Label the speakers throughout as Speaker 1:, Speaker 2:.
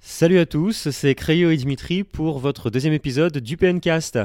Speaker 1: Salut à tous, c'est Créo et Dimitri pour votre deuxième épisode du PNcast.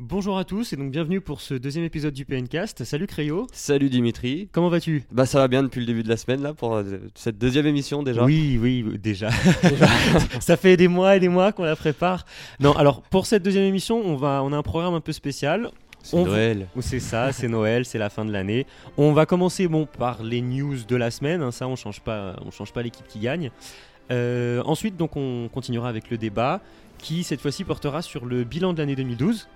Speaker 1: Bonjour à tous et donc bienvenue pour ce deuxième épisode du PNcast. Salut Créo,
Speaker 2: Salut Dimitri.
Speaker 1: comment vas-tu
Speaker 2: Bah ça va bien depuis le début de la semaine là pour euh, cette deuxième émission déjà.
Speaker 1: Oui, oui, déjà. ça fait des mois et des mois qu'on la prépare. Non, alors pour cette deuxième émission, on, va, on a un programme un peu spécial.
Speaker 2: C'est
Speaker 1: on-
Speaker 2: Noël.
Speaker 1: Ou C'est ça, c'est Noël, c'est la fin de l'année. On va commencer bon, par les news de la semaine, hein, ça on change pas, on change pas l'équipe qui gagne. Euh, ensuite, donc on continuera avec le débat qui cette fois-ci portera sur le bilan de l'année 2012.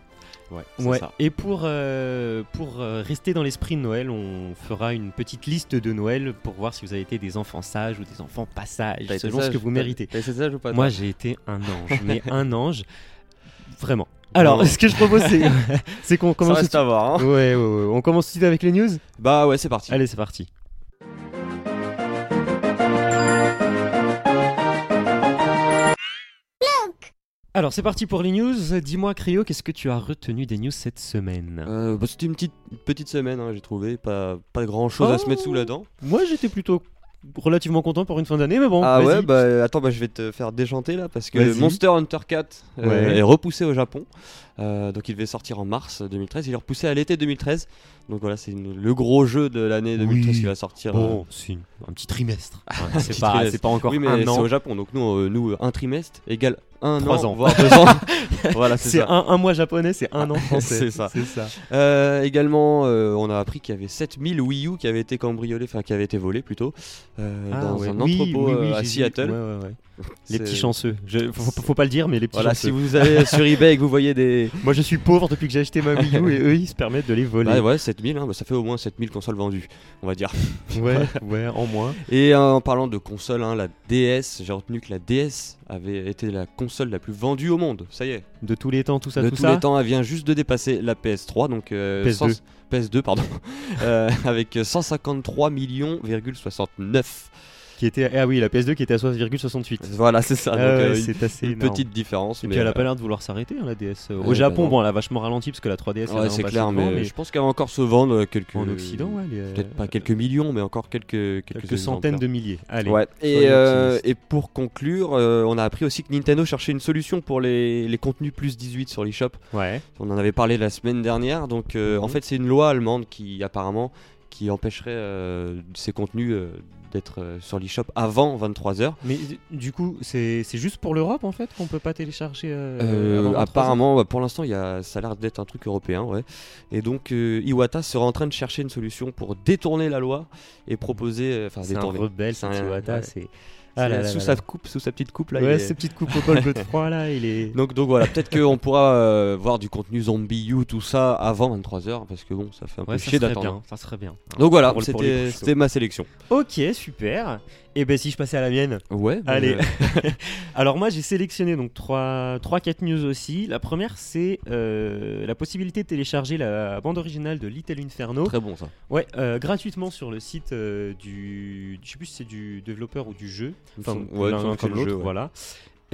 Speaker 2: Ouais. c'est
Speaker 1: Ouais.
Speaker 2: ça.
Speaker 1: Et pour, euh, pour euh, rester dans l'esprit de Noël, on fera une petite liste de Noël pour voir si vous avez été des enfants sages ou des enfants pas sages,
Speaker 2: T'as été
Speaker 1: selon ce
Speaker 2: sage
Speaker 1: que vous
Speaker 2: T'as-
Speaker 1: méritez.
Speaker 2: T'as été sage ou pas
Speaker 1: Moi
Speaker 2: toi
Speaker 1: j'ai été un ange, mais un ange, vraiment. Alors,
Speaker 2: Vraiment.
Speaker 1: ce que je propose, c'est- c'est qu'on
Speaker 2: ça
Speaker 1: commence tout de
Speaker 2: reste à voir. hein.
Speaker 1: Ouais, ouais, ouais. On commence tout de suite avec les news
Speaker 2: Bah ouais c'est parti.
Speaker 1: Allez, c'est parti. Alors, c'est parti pour les news. Dis-moi, Créo, qu'est-ce que tu as retenu des news cette semaine
Speaker 2: Euh, bah, C'était une petite petite semaine hein, j'ai trouvé pas pas grand chose à se mettre sous
Speaker 1: Oh.
Speaker 2: la dent.
Speaker 1: Moi, j'étais plutôt relativement content pour une fin d'année, mais bon.
Speaker 2: ah
Speaker 1: Oh, vas-y.
Speaker 2: ouais bah attends bah je vais te faire déchanter là parce que
Speaker 1: Vas-y.
Speaker 2: Monster Hunter 4 euh,
Speaker 1: Ouais.
Speaker 2: est repoussé au Japon Euh, donc il devait sortir en mars 2013 il est repoussé à l'été 2013 donc voilà c'est une- le gros jeu de l'année 2013
Speaker 1: Oui.
Speaker 2: qui va sortir. euh,
Speaker 1: Bon, c'est une- un petit trimestre. Ouais, c'est
Speaker 2: petit
Speaker 1: pas,
Speaker 2: trimestre.
Speaker 1: c'est pas encore
Speaker 2: oui, mais
Speaker 1: un
Speaker 2: c'est
Speaker 1: an.
Speaker 2: au Japon, donc nous, euh, nous un trimestre égale un
Speaker 1: Trois
Speaker 2: an,
Speaker 1: ans.
Speaker 2: voire deux ans. voilà, c'est
Speaker 1: C'est
Speaker 2: ça. Ah,
Speaker 1: un, un mois japonais, c'est un an français.
Speaker 2: C'est ça.
Speaker 1: C'est ça.
Speaker 2: Euh, également, euh, on a appris qu'il y avait 7000 Wii U qui avaient été cambriolés, enfin qui avaient été volés plutôt, euh,
Speaker 1: Ah,
Speaker 2: dans
Speaker 1: ouais.
Speaker 2: un
Speaker 1: Oui,
Speaker 2: entrepôt
Speaker 1: oui,
Speaker 2: euh,
Speaker 1: oui,
Speaker 2: à
Speaker 1: j'ai vu.
Speaker 2: Seattle.
Speaker 1: Ouais, ouais, ouais. Les
Speaker 2: C'est-
Speaker 1: petits chanceux. Je, faut, faut- faut pas le dire, mais les petits
Speaker 2: Voilà,
Speaker 1: chanceux.
Speaker 2: si vous allez sur eBay et que vous voyez des.
Speaker 1: Moi je suis pauvre depuis que j'ai acheté ma Wii U et eux ils se permettent de les voler.
Speaker 2: Bah ouais, 7000, hein, bah, ça fait au moins 7000 consoles vendues, on va dire.
Speaker 1: ouais, ouais, en moins.
Speaker 2: Et euh, en parlant de consoles, hein, la DS, j'ai retenu que la DS avait été la console la plus vendue au monde, ça y est.
Speaker 1: De tous les temps, tout ça,
Speaker 2: de
Speaker 1: tout
Speaker 2: tous
Speaker 1: ça.
Speaker 2: les temps, elle vient juste de dépasser la PS3, donc euh,
Speaker 1: PS2.
Speaker 2: 100 PS2 pardon, Euh, avec 153 millions 69.
Speaker 1: Qui était... Ah oui, la PS2 qui était à 6,68.
Speaker 2: Voilà, c'est ça.
Speaker 1: Ah
Speaker 2: donc,
Speaker 1: ouais,
Speaker 2: euh, une
Speaker 1: c'est assez
Speaker 2: une
Speaker 1: énorme.
Speaker 2: petite différence.
Speaker 1: Et
Speaker 2: mais,
Speaker 1: puis elle a
Speaker 2: euh,
Speaker 1: pas l'air de vouloir s'arrêter, hein, la DS. Au
Speaker 2: bah
Speaker 1: Japon,
Speaker 2: non.
Speaker 1: bon, elle a vachement ralenti parce que la 3DS elle a
Speaker 2: ouais,
Speaker 1: un
Speaker 2: c'est
Speaker 1: bas
Speaker 2: clair,
Speaker 1: segment,
Speaker 2: mais, je pense qu'elle va encore se vendre euh, quelques.
Speaker 1: en Occident, ouais, elle est, euh,
Speaker 2: Peut-être pas quelques millions, mais encore quelques quelques,
Speaker 1: quelques centaines de milliers. Allez.
Speaker 2: exemplaires. Ouais.
Speaker 1: soyons
Speaker 2: Et, euh,
Speaker 1: optimistes.
Speaker 2: et pour conclure, euh, on a appris aussi que Nintendo cherchait une solution pour les, les contenus plus 18 sur l'eShop.
Speaker 1: Ouais.
Speaker 2: On en avait parlé la semaine dernière. Donc, euh,
Speaker 1: Mhm.
Speaker 2: en fait, c'est une loi allemande qui, apparemment, qui empêcherait euh, ces contenus euh, d'être euh, sur l'eShop avant 23h.
Speaker 1: Mais euh, du coup, c'est c'est juste pour l'Europe en fait qu'on peut pas télécharger. euh, avant 23
Speaker 2: apparemment, bah, pour l'instant, il y a- ça a l'air d'être un truc européen, ouais. Et donc, euh, Iwata sera en train de chercher une solution pour détourner la loi et proposer, euh, enfin,
Speaker 1: C'est un
Speaker 2: détourner.
Speaker 1: rebelle,
Speaker 2: C'est
Speaker 1: c'est
Speaker 2: un- ouais.
Speaker 1: c'est.
Speaker 2: C'est,
Speaker 1: Ah là
Speaker 2: euh,
Speaker 1: là
Speaker 2: sous
Speaker 1: là
Speaker 2: sa
Speaker 1: là.
Speaker 2: coupe, sous sa petite coupe là. il
Speaker 1: Ouais,
Speaker 2: est-
Speaker 1: ces petites coupes au Paul Godefroy là, il est.
Speaker 2: Donc, donc voilà, peut-être qu'on pourra euh, voir du contenu zombie you tout ça avant 23h parce que bon, ça fait un peu
Speaker 1: Ouais, ça
Speaker 2: chier
Speaker 1: serait
Speaker 2: d'attendre.
Speaker 1: bien. Ça serait bien.
Speaker 2: hein. Donc voilà,
Speaker 1: Pour le- pour les
Speaker 2: c'était,
Speaker 1: couches,
Speaker 2: c'était ma sélection.
Speaker 1: Ok, super. Et ben si je passais à la mienne.
Speaker 2: Ouais.
Speaker 1: Allez. Alors moi j'ai sélectionné donc 3 trois 4 news aussi. La première c'est euh, la possibilité de télécharger la bande originale de Little Inferno.
Speaker 2: Très bon ça.
Speaker 1: Ouais, euh, gratuitement sur le site euh, du je sais plus si c'est du développeur ou du jeu. Enfin,
Speaker 2: Ouais,
Speaker 1: l'un
Speaker 2: il me semble que
Speaker 1: comme
Speaker 2: c'est le
Speaker 1: l'autre,
Speaker 2: jeu, ouais.
Speaker 1: voilà.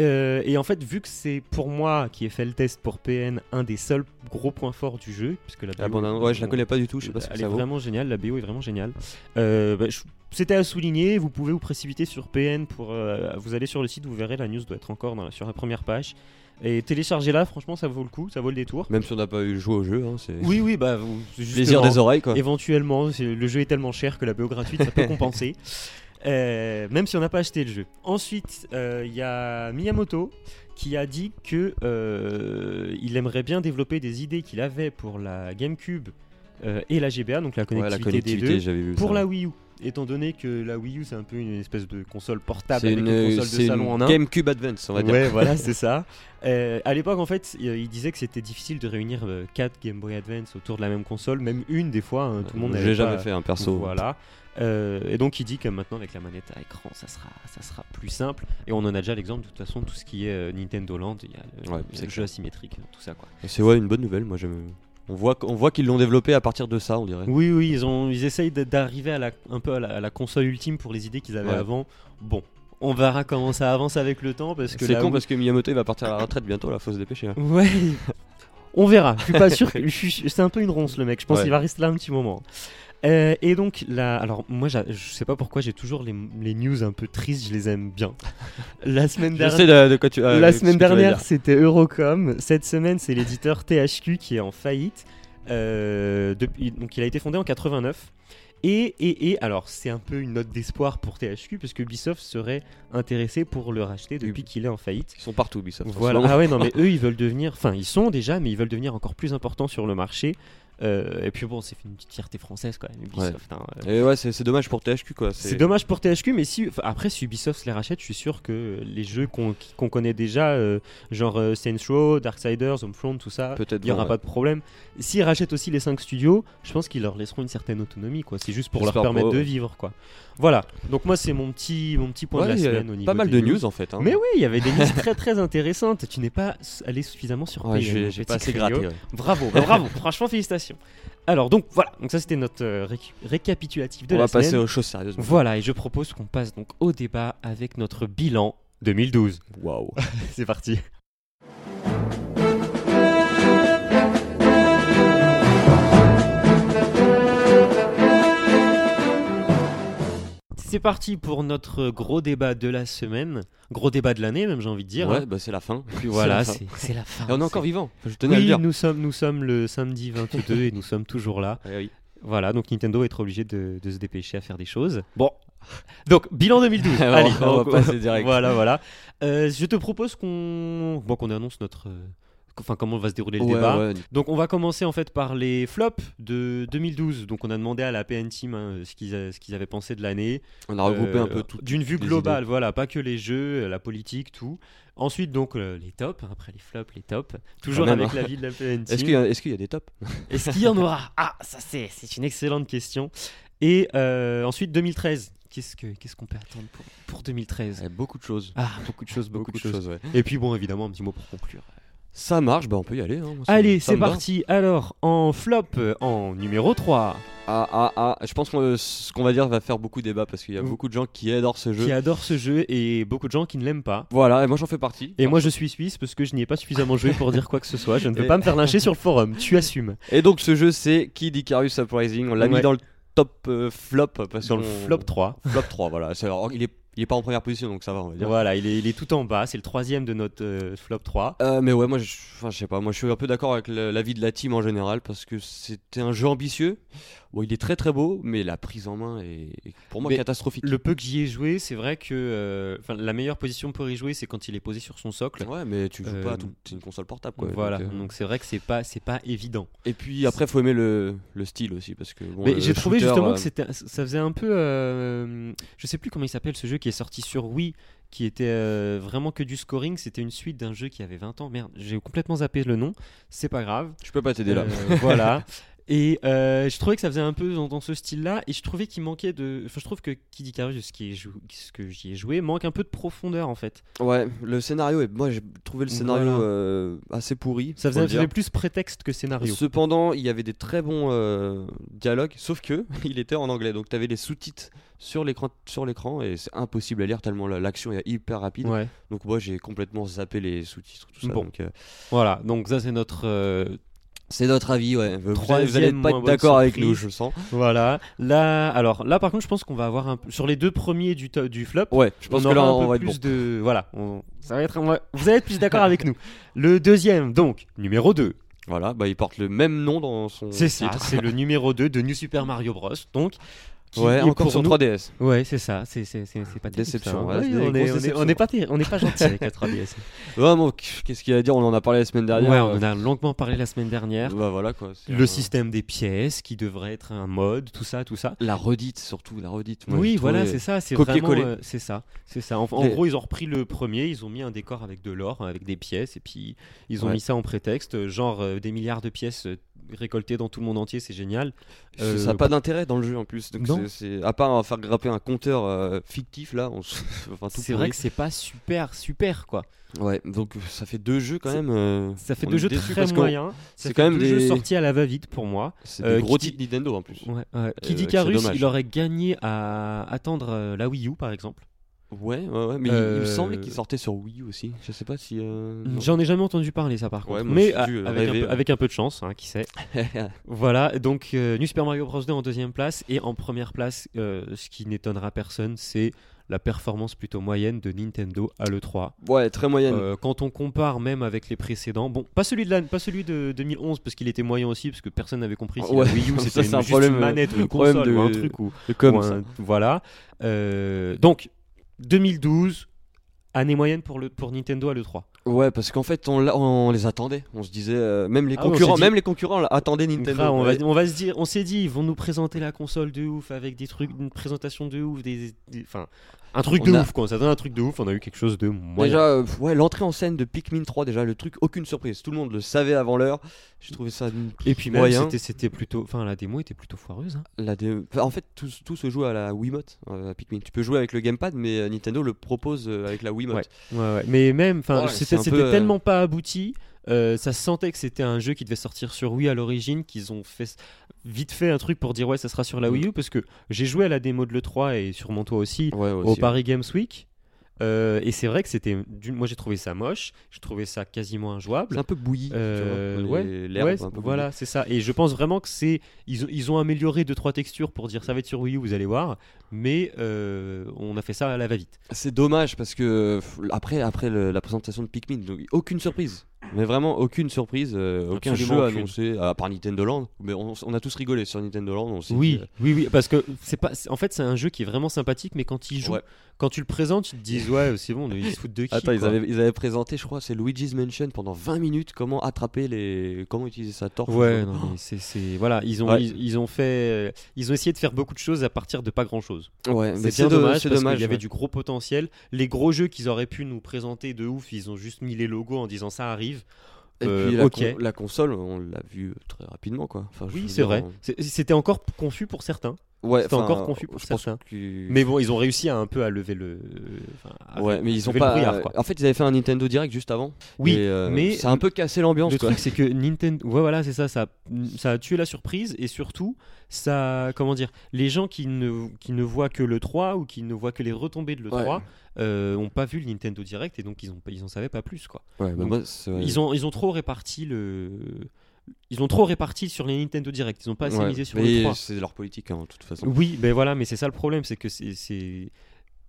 Speaker 1: Euh, et en fait, vu que c'est pour moi qui ai fait le test pour PN, un des seuls gros points forts du jeu, puisque la
Speaker 2: La
Speaker 1: BO,
Speaker 2: bande annonce, ouais, je la
Speaker 1: on-
Speaker 2: connais pas du tout, je sais pas ce que
Speaker 1: Euh, elle
Speaker 2: ça
Speaker 1: est
Speaker 2: vaut.
Speaker 1: vraiment géniale, la BO est vraiment géniale. Euh, bah, je- C'était à souligner, vous pouvez vous précipiter sur PN pour euh, vous allez sur le site, vous verrez la news doit être encore dans la- sur la première page et téléchargez-la, franchement ça vaut le coup, ça vaut le détour.
Speaker 2: Même si on n'a pas eu joué au jeu, hein, c'est
Speaker 1: Oui oui, bah vous-
Speaker 2: plaisir
Speaker 1: justement,
Speaker 2: des oreilles quoi.
Speaker 1: Éventuellement, c'est- le jeu est tellement cher que la BO gratuite, ça peut compenser. Euh, même si on n'a pas acheté le jeu. Ensuite, euh, il y a Miyamoto qui a dit que euh, il aimerait bien développer des idées qu'il avait pour la GameCube euh, et la GBA, donc la
Speaker 2: Ouais,
Speaker 1: connectivité,
Speaker 2: la
Speaker 1: des deux,
Speaker 2: connectivité, j'avais vu.
Speaker 1: pour
Speaker 2: ça.
Speaker 1: la Wii U. Étant donné que la Wii U c'est un peu une espèce de console portable
Speaker 2: c'est
Speaker 1: avec
Speaker 2: une,
Speaker 1: une, console de
Speaker 2: c'est
Speaker 1: salon
Speaker 2: une
Speaker 1: en un.
Speaker 2: GameCube Advance, on va dire.
Speaker 1: Ouais, voilà, c'est ça. Euh, à l'époque, en fait, il il disait que c'était difficile de réunir 4 Game Boy Advance autour de la même console, même une des fois. hein, tout le monde n'avait
Speaker 2: Euh, J'ai jamais
Speaker 1: pas-
Speaker 2: fait un perso.
Speaker 1: Voilà. Euh, et donc, il dit que maintenant, avec la manette à écran, ça sera, ça sera plus simple. Et on en a déjà l'exemple, de toute façon, tout ce qui est euh, Nintendo Land, il y a le,
Speaker 2: Ouais,
Speaker 1: le
Speaker 2: c'est
Speaker 1: jeu asymétrique, hein, tout ça, quoi.
Speaker 2: C'est ouais, une bonne nouvelle, moi j'aime. On voit, qu- on voit qu'ils l'ont développé à partir de ça, on dirait.
Speaker 1: Oui, oui, ils, ont, ils essayent de- d'arriver à la, un peu à la, à la console ultime pour les idées qu'ils avaient
Speaker 2: Ouais.
Speaker 1: avant. Bon, On verra comment ça avance avec le temps parce que
Speaker 2: C'est
Speaker 1: la
Speaker 2: con
Speaker 1: Wii-
Speaker 2: parce que Miyamoto il va partir à la retraite bientôt, là, faut se dépêcher. hein.
Speaker 1: Ouais. On verra. Je suis pas sûr. que- je suis- C'est un peu une ronce le mec. Je pense
Speaker 2: Ouais.
Speaker 1: qu'il va rester là un petit moment. Euh, et donc là, alors moi j'a- je sais pas pourquoi j'ai toujours les, les news un peu tristes, je les aime bien. La semaine
Speaker 2: Je
Speaker 1: dernière,
Speaker 2: sais de, de quoi tu. euh,
Speaker 1: la
Speaker 2: ce que
Speaker 1: semaine
Speaker 2: tu vas
Speaker 1: dernière,
Speaker 2: dire.
Speaker 1: c'était Eurocom. Cette semaine, c'est l'éditeur THQ qui est en faillite. Euh, depuis, donc, il a été fondé en 89. Et, et, et alors, c'est un peu une note d'espoir pour THQ, parce que Ubisoft serait intéressé pour le racheter depuis qu'il est en faillite.
Speaker 2: Ils sont partout, Ubisoft. en ce
Speaker 1: Voilà.
Speaker 2: moment.
Speaker 1: Ah ouais, non, mais eux, ils veulent devenir. Enfin, ils sont déjà, mais ils veulent devenir encore plus importants sur le marché. Euh, et puis bon, c'est une petite fierté française quand même, Ubisoft. hein. Euh,
Speaker 2: Et ouais, c'est c'est dommage pour THQ quoi.
Speaker 1: c'est dommage pour THQ, mais si enfin, après si Ubisoft les rachète, je suis sûr que les jeux qu'on qui- qu'on connaît déjà, euh, genre euh, Saints Row, Darksiders, Homefront, tout ça,
Speaker 2: Peut-être.
Speaker 1: il n'y aura
Speaker 2: bon,
Speaker 1: pas de problème. S'ils rachètent aussi les 5 studios, je pense qu'ils leur laisseront une certaine autonomie, quoi. C'est juste pour leur
Speaker 2: J'espère pour
Speaker 1: permettre
Speaker 2: eux,
Speaker 1: de
Speaker 2: ouais.
Speaker 1: vivre, quoi. Voilà. Donc moi c'est mon petit mon petit point
Speaker 2: Ouais,
Speaker 1: de la
Speaker 2: il y a
Speaker 1: semaine au niveau
Speaker 2: Pas mal
Speaker 1: des
Speaker 2: de news en fait. hein.
Speaker 1: Mais oui, il y avait des news très très intéressantes. Tu n'es pas s- allé suffisamment sur
Speaker 2: Ouais, j'ai j'ai pas assez gratté. hein. ouais.
Speaker 1: Bravo, bah, bravo. Franchement félicitations. Alors donc voilà, donc ça c'était notre euh, récu- récapitulatif de
Speaker 2: On
Speaker 1: la
Speaker 2: va
Speaker 1: semaine.
Speaker 2: passer aux choses sérieuses.
Speaker 1: Voilà, et je propose qu'on passe donc au débat avec notre bilan 2012.
Speaker 2: Waouh.
Speaker 1: C'est parti. C'est parti pour notre gros débat de la semaine, gros débat de l'année même j'ai envie de dire.
Speaker 2: Ouais,
Speaker 1: hein.
Speaker 2: bah c'est la fin.
Speaker 1: Puis voilà,
Speaker 2: c'est la fin.
Speaker 1: c'est c'est la fin.
Speaker 2: Et on est encore vivant. Enfin, Je
Speaker 1: C'est-
Speaker 2: tenais à le
Speaker 1: Oui,
Speaker 2: dire.
Speaker 1: nous sommes, nous sommes le samedi 22 et nous sommes toujours là.
Speaker 2: Ouais, Ah oui.
Speaker 1: Voilà, donc Nintendo va être obligé de, de se dépêcher à faire des choses. Bon, donc bilan 2012.
Speaker 2: Alors,
Speaker 1: Allez,
Speaker 2: on va passer direct.
Speaker 1: Voilà, voilà. Euh, je te propose qu'on, bon, qu'on annonce notre, euh, enfin comment va se dérouler le
Speaker 2: Ouais,
Speaker 1: débat.
Speaker 2: ouais,
Speaker 1: Donc on va commencer en fait par les flops de 2012. Donc on a demandé à la PN Team hein, ce qu'ils a- ce qu'ils avaient pensé de l'année.
Speaker 2: On a regroupé
Speaker 1: Euh,
Speaker 2: un peu tout.
Speaker 1: D'une vue
Speaker 2: les
Speaker 1: globale, voilà, pas que les jeux, la politique, tout. Ensuite donc euh, les tops, hein, après les flops, les tops. Toujours
Speaker 2: même,
Speaker 1: avec
Speaker 2: hein.
Speaker 1: l'avis de la PN Team.
Speaker 2: Est-ce qu'il y, a- est-ce qu'il y a des tops
Speaker 1: Est-ce qu'il y en aura Ah, ça c'est, c'est une excellente question. Et euh, ensuite 2013. Qu'est-ce, que, qu'est-ce qu'on peut attendre pour, pour 2013
Speaker 2: Beaucoup de choses.
Speaker 1: Ah,
Speaker 2: Beaucoup de choses,
Speaker 1: beaucoup de choses.
Speaker 2: ouais.
Speaker 1: et puis bon, évidemment, un petit mot pour conclure.
Speaker 2: Ça marche, bah on peut y aller. hein, moi, ça-
Speaker 1: Allez,
Speaker 2: ça
Speaker 1: c'est
Speaker 2: me va.
Speaker 1: parti. Alors, en flop, euh, en numéro 3,
Speaker 2: Ah, ah, ah. Je pense que euh, ce qu'on va dire va faire beaucoup débat parce qu'il y a
Speaker 1: Mm.
Speaker 2: beaucoup de gens qui adorent ce jeu.
Speaker 1: qui adore ce jeu et beaucoup de gens qui ne l'aiment pas.
Speaker 2: Voilà, et moi j'en fais partie.
Speaker 1: Et moi, je suis suisse parce que je n'y ai pas suffisamment joué pour dire quoi que ce soit. Je ne veux
Speaker 2: Et-
Speaker 1: pas me faire lyncher sur le forum. Tu assumes.
Speaker 2: Et donc ce jeu c'est Kid Icarus Uprising. On l'a
Speaker 1: Ouais.
Speaker 2: mis dans le top euh, flop. Parce
Speaker 1: Dans le
Speaker 2: qu'on-
Speaker 1: flop 3.
Speaker 2: flop 3, voilà. C'est- alors, il, est, il est pas en première position donc ça va, on va dire.
Speaker 1: Voilà, il est, il est tout en bas. C'est le troisième de notre euh, flop 3.
Speaker 2: Euh, mais ouais, moi je, enfin, je sais pas, moi je suis un peu d'accord avec le- l'avis de la team en général parce que c'était un jeu ambitieux. Bon, il est très très beau, mais la prise en main est, est pour moi
Speaker 1: Mais
Speaker 2: catastrophique.
Speaker 1: Le peu que j'y ai joué, c'est vrai que euh, enfin, la meilleure position pour y jouer, c'est quand il est posé sur son socle.
Speaker 2: Ouais, mais tu joues
Speaker 1: Euh,
Speaker 2: pas, à tout- c'est une console portable quoi.
Speaker 1: voilà,
Speaker 2: donc,
Speaker 1: donc
Speaker 2: euh,
Speaker 1: c'est vrai que c'est pas, c'est pas évident.
Speaker 2: Et puis après, faut aimer le, le style aussi parce que bon,
Speaker 1: Mais
Speaker 2: le
Speaker 1: j'ai trouvé
Speaker 2: shooter,
Speaker 1: justement
Speaker 2: euh,
Speaker 1: que c'était, ça faisait un peu. euh, je sais plus comment il s'appelle ce jeu qui est sorti sur Wii, qui était euh, vraiment que du scoring. C'était une suite d'un jeu qui avait 20 ans. Merde, j'ai complètement zappé le nom. C'est pas grave.
Speaker 2: je peux pas t'aider là.
Speaker 1: Euh, voilà. Et euh, je trouvais que ça faisait un peu dans, dans ce style-là, et je trouvais qu'il manquait de. Enfin, je trouve que Kid Icarus, ce, qui est jou- ce que j'y ai joué, manque un peu de profondeur en fait.
Speaker 2: Ouais, le scénario est, moi j'ai trouvé le scénario
Speaker 1: Euh, Voilà.
Speaker 2: euh, assez pourri.
Speaker 1: Ça
Speaker 2: faut
Speaker 1: faisait,
Speaker 2: le
Speaker 1: ça
Speaker 2: dire.
Speaker 1: faisait plus prétexte que scénario.
Speaker 2: Cependant, il y avait des très bons euh, dialogues, sauf que il était en anglais, donc tu avais les sous-titres sur l'écran, sur l'écran, et c'est impossible à lire tellement la- l'action est hyper rapide.
Speaker 1: Ouais.
Speaker 2: Donc moi j'ai complètement zappé les sous-titres, tout ça.
Speaker 1: Bon.
Speaker 2: donc, euh,
Speaker 1: Voilà, donc ça c'est notre. euh,
Speaker 2: c'est notre avis, ouais. Vous- Vous allez- vous
Speaker 1: Troisième
Speaker 2: allez pas
Speaker 1: moins
Speaker 2: être
Speaker 1: bonne
Speaker 2: d'accord avec nous,
Speaker 1: surprise.
Speaker 2: je le sens.
Speaker 1: voilà. Là, alors là par contre, je pense qu'on va avoir un. peu- Sur les deux premiers du, to- du flop,
Speaker 2: Ouais, je pense
Speaker 1: on
Speaker 2: que là
Speaker 1: aura un
Speaker 2: on
Speaker 1: peu
Speaker 2: va être
Speaker 1: plus
Speaker 2: bon.
Speaker 1: de. Voilà, on- ça va être. on va- Vous allez être plus d'accord avec nous. Le deuxième, donc, numéro 2.
Speaker 2: Voilà, bah il porte le même nom dans son.
Speaker 1: C'est ça,
Speaker 2: titre.
Speaker 1: c'est le numéro 2 de New Super Mario Bros. Donc. qui
Speaker 2: Ouais,
Speaker 1: est
Speaker 2: encore
Speaker 1: pour
Speaker 2: sur
Speaker 1: nous-
Speaker 2: 3DS.
Speaker 1: Ouais, c'est ça, c'est c'est- c'est- c'est pas terrible,
Speaker 2: Déception,
Speaker 1: ça, hein.
Speaker 2: ouais,
Speaker 1: Oui,
Speaker 2: c'est des
Speaker 1: on, est,
Speaker 2: grosses
Speaker 1: on, est,
Speaker 2: déceptions.
Speaker 1: on est pas terri- on est pas gentil avec la 3DS.
Speaker 2: Vraiment, qu'est-ce qu'il y a à dire On en a parlé la semaine dernière. euh,
Speaker 1: ouais, on en a longuement parlé la semaine dernière.
Speaker 2: Bah voilà quoi. c'est
Speaker 1: Le
Speaker 2: un-
Speaker 1: système des pièces qui devrait être un mode, tout ça, tout ça.
Speaker 2: La redite surtout, la redite. Moi,
Speaker 1: oui,
Speaker 2: j'ai
Speaker 1: voilà,
Speaker 2: trouvé-
Speaker 1: c'est ça, c'est vraiment,
Speaker 2: copier-coller.
Speaker 1: euh, c'est ça, c'est ça. En, en
Speaker 2: Les-
Speaker 1: gros, ils ont repris le premier, ils ont mis un décor avec de l'or, avec des pièces, et puis ils ont
Speaker 2: Ouais.
Speaker 1: mis ça en prétexte, euh, genre euh, des milliards de pièces euh, récoltées dans tout le monde entier, c'est génial. Euh,
Speaker 2: ça n'a pas d'intérêt dans le jeu en plus. Donc
Speaker 1: Non.
Speaker 2: c'est- c'est- à part euh, faire grimper un compteur euh, fictif là, on s- enfin, tout
Speaker 1: C'est
Speaker 2: pourri.
Speaker 1: vrai que c'est pas super, super quoi.
Speaker 2: Ouais, donc euh, ça fait deux jeux quand
Speaker 1: C'est-
Speaker 2: même. euh,
Speaker 1: Ça fait
Speaker 2: on
Speaker 1: deux
Speaker 2: est
Speaker 1: jeux
Speaker 2: déçus
Speaker 1: très
Speaker 2: parce que
Speaker 1: moyens.
Speaker 2: c'est
Speaker 1: Ça
Speaker 2: quand
Speaker 1: fait
Speaker 2: même
Speaker 1: deux
Speaker 2: des-
Speaker 1: jeux sortis à la va-vite pour moi.
Speaker 2: C'est
Speaker 1: Euh,
Speaker 2: des gros
Speaker 1: qui-
Speaker 2: titres Nintendo en plus.
Speaker 1: Ouais, ouais. Kid
Speaker 2: c'est
Speaker 1: Icarus,
Speaker 2: dommage.
Speaker 1: il aurait gagné à attendre euh, la Wii U par exemple.
Speaker 2: Ouais, ouais, ouais, mais il- il, me
Speaker 1: Euh,
Speaker 2: semblait qu'il sortait sur Wii U aussi. Je sais pas si. euh, non.
Speaker 1: J'en ai jamais entendu parler ça par contre.
Speaker 2: Ouais, moi
Speaker 1: mais
Speaker 2: aussi,
Speaker 1: ah,
Speaker 2: tu
Speaker 1: avec,
Speaker 2: rêvais,
Speaker 1: un peu,
Speaker 2: ouais.
Speaker 1: avec un peu de chance, hein, qui sait. Voilà, donc euh, New Super Mario Bros 2 en deuxième place et en première place, euh, ce qui n'étonnera personne, c'est la performance plutôt moyenne de Nintendo à l'E3.
Speaker 2: ouais, très moyenne.
Speaker 1: Euh, quand on compare même avec les précédents, bon, pas celui de, la- pas celui de 2011 parce qu'il était moyen aussi, parce que personne n'avait compris si
Speaker 2: Ouais,
Speaker 1: la Wii U
Speaker 2: ça,
Speaker 1: c'était
Speaker 2: c'est
Speaker 1: une-
Speaker 2: un
Speaker 1: juste
Speaker 2: problème,
Speaker 1: une manette ou
Speaker 2: le
Speaker 1: une
Speaker 2: problème
Speaker 1: console ou un
Speaker 2: de-
Speaker 1: truc ou-
Speaker 2: comme
Speaker 1: ou un- voilà. Euh, donc 2012, année moyenne pour, le, pour Nintendo à l'E3.
Speaker 2: Ouais, parce qu'en fait, on, l'a- on les attendait. On se disait, euh, même les
Speaker 1: Ah ouais, on
Speaker 2: concurrents,
Speaker 1: s'est dit-
Speaker 2: même les concurrents là, attendaient Nintendo.
Speaker 1: Grave, on, va,
Speaker 2: Ouais.
Speaker 1: on va se dire, on s'est dit, ils vont nous présenter la console de ouf avec des trucs, une présentation de ouf, des, des- enfin, un truc
Speaker 2: On
Speaker 1: de
Speaker 2: a-
Speaker 1: ouf quoi. Ça donne un truc de ouf. On a eu quelque chose de moyen.
Speaker 2: Déjà, euh, pff, ouais, l'entrée en scène de Pikmin 3, déjà, le truc, aucune surprise. Tout le monde le savait avant l'heure. J'ai trouvé ça. une-
Speaker 1: et puis même,
Speaker 2: moyen.
Speaker 1: c'était- c'était plutôt, enfin, la démo était plutôt foireuse. hein.
Speaker 2: La dé- enfin, en fait, tout, tout se joue à la Wiimote, euh, à Pikmin. Tu peux jouer avec le gamepad, mais euh, Nintendo le propose euh, avec la Wiimote.
Speaker 1: Ouais, ouais. Mais même, enfin,
Speaker 2: Ouais, c'est
Speaker 1: c'était
Speaker 2: un
Speaker 1: c'était
Speaker 2: peu, euh,
Speaker 1: tellement pas abouti. euh, ça se sentait que c'était un jeu qui devait sortir sur Wii à l'origine, qu'ils ont fait vite fait un truc pour dire ouais, ça sera sur la Wii U parce que j'ai joué à la démo de le 3 et sûrement toi aussi.
Speaker 2: Ouais, ouais,
Speaker 1: au
Speaker 2: aussi, hein.
Speaker 1: Paris Games Week. Euh, et c'est vrai que c'était. d'une- Moi, j'ai trouvé ça moche. J'ai trouvé ça quasiment
Speaker 2: C'est
Speaker 1: injouable.
Speaker 2: un peu bouilli. tu
Speaker 1: Euh,
Speaker 2: vois,
Speaker 1: ouais,
Speaker 2: les- l'herbe
Speaker 1: Ouais,
Speaker 2: un peu
Speaker 1: voilà, c'est ça. Et je pense vraiment que c'est. Ils ont, ils ont amélioré deux trois textures pour dire ça va être sur Wii U, vous allez voir. Mais euh, on a fait ça à la va-vite.
Speaker 2: bouillie. C'est dommage parce que pff, après, après le- la présentation de Pikmin, donc, aucune surprise. Mais vraiment aucune surprise, euh, aucun
Speaker 1: Absolument
Speaker 2: jeu
Speaker 1: aucune.
Speaker 2: annoncé, à part Nintendo Land. Mais on, on a tous rigolé sur Nintendo Land. On s'est
Speaker 1: Oui,
Speaker 2: dit, euh,
Speaker 1: oui, oui. Parce que c'est pas. c'est- En fait, c'est un jeu qui est vraiment sympathique, mais quand il joue,
Speaker 2: Ouais.
Speaker 1: quand tu le présentes, tu te dis ouais, c'est bon, ils se foutent de qui
Speaker 2: Attends, ils
Speaker 1: quoi.
Speaker 2: avaient, ils avaient présenté, je crois, c'est Luigi's Mansion pendant 20 minutes, comment attraper les. comment utiliser sa torche.
Speaker 1: Ouais,
Speaker 2: Oh,
Speaker 1: non, mais c'est, c'est- voilà, ils ont,
Speaker 2: Ouais.
Speaker 1: ils, ils ont fait, euh, ils ont essayé de faire beaucoup de choses à partir de pas grand chose.
Speaker 2: ouais, mais
Speaker 1: C'est bien dommage,
Speaker 2: c'est
Speaker 1: parce
Speaker 2: dommage.
Speaker 1: qu'il y
Speaker 2: ouais.
Speaker 1: avait du gros potentiel. Les gros jeux qu'ils auraient pu nous présenter de ouf, ils ont juste mis les logos en disant ça arrive.
Speaker 2: Et
Speaker 1: euh,
Speaker 2: puis la,
Speaker 1: ok.
Speaker 2: con- la console, on l'a vu très rapidement, quoi. Enfin, je veux
Speaker 1: Oui, c'est
Speaker 2: dire,
Speaker 1: vrai.
Speaker 2: on-
Speaker 1: C'est- C'était encore p- confus pour certains.
Speaker 2: Ouais,
Speaker 1: C'était
Speaker 2: enfin,
Speaker 1: encore confus pour
Speaker 2: je pense
Speaker 1: certains.
Speaker 2: que-
Speaker 1: Mais bon, ils ont réussi à un peu à lever le. enfin, à
Speaker 2: Ouais, mais ils ont
Speaker 1: lever le
Speaker 2: pas.
Speaker 1: brouillard, quoi.
Speaker 2: En fait, ils avaient fait un Nintendo Direct juste avant.
Speaker 1: Oui,
Speaker 2: Et, euh,
Speaker 1: euh, mais
Speaker 2: ça a un peu cassé l'ambiance.
Speaker 1: Le
Speaker 2: quoi.
Speaker 1: truc, c'est que Nintendo. Ouais, voilà, c'est ça, ça. Ça a tué la surprise et surtout, ça. Comment dire Les gens qui ne, qui ne voient que le 3 ou qui ne voient que les retombées de le
Speaker 2: Ouais.
Speaker 1: 3 euh, ont pas vu le Nintendo Direct et donc ils ont pas- ils en savaient pas plus quoi.
Speaker 2: Ouais, bah,
Speaker 1: Donc,
Speaker 2: moi, c'est- ouais.
Speaker 1: Ils ont ils ont trop réparti le. Ils ont trop réparti sur les Nintendo Direct. Ils ont pas assez
Speaker 2: Ouais.
Speaker 1: misé sur
Speaker 2: Mais
Speaker 1: le 3.
Speaker 2: C'est leur politique, hein, de toute façon.
Speaker 1: Oui, ben voilà, mais c'est ça le problème, c'est que c'est- c'est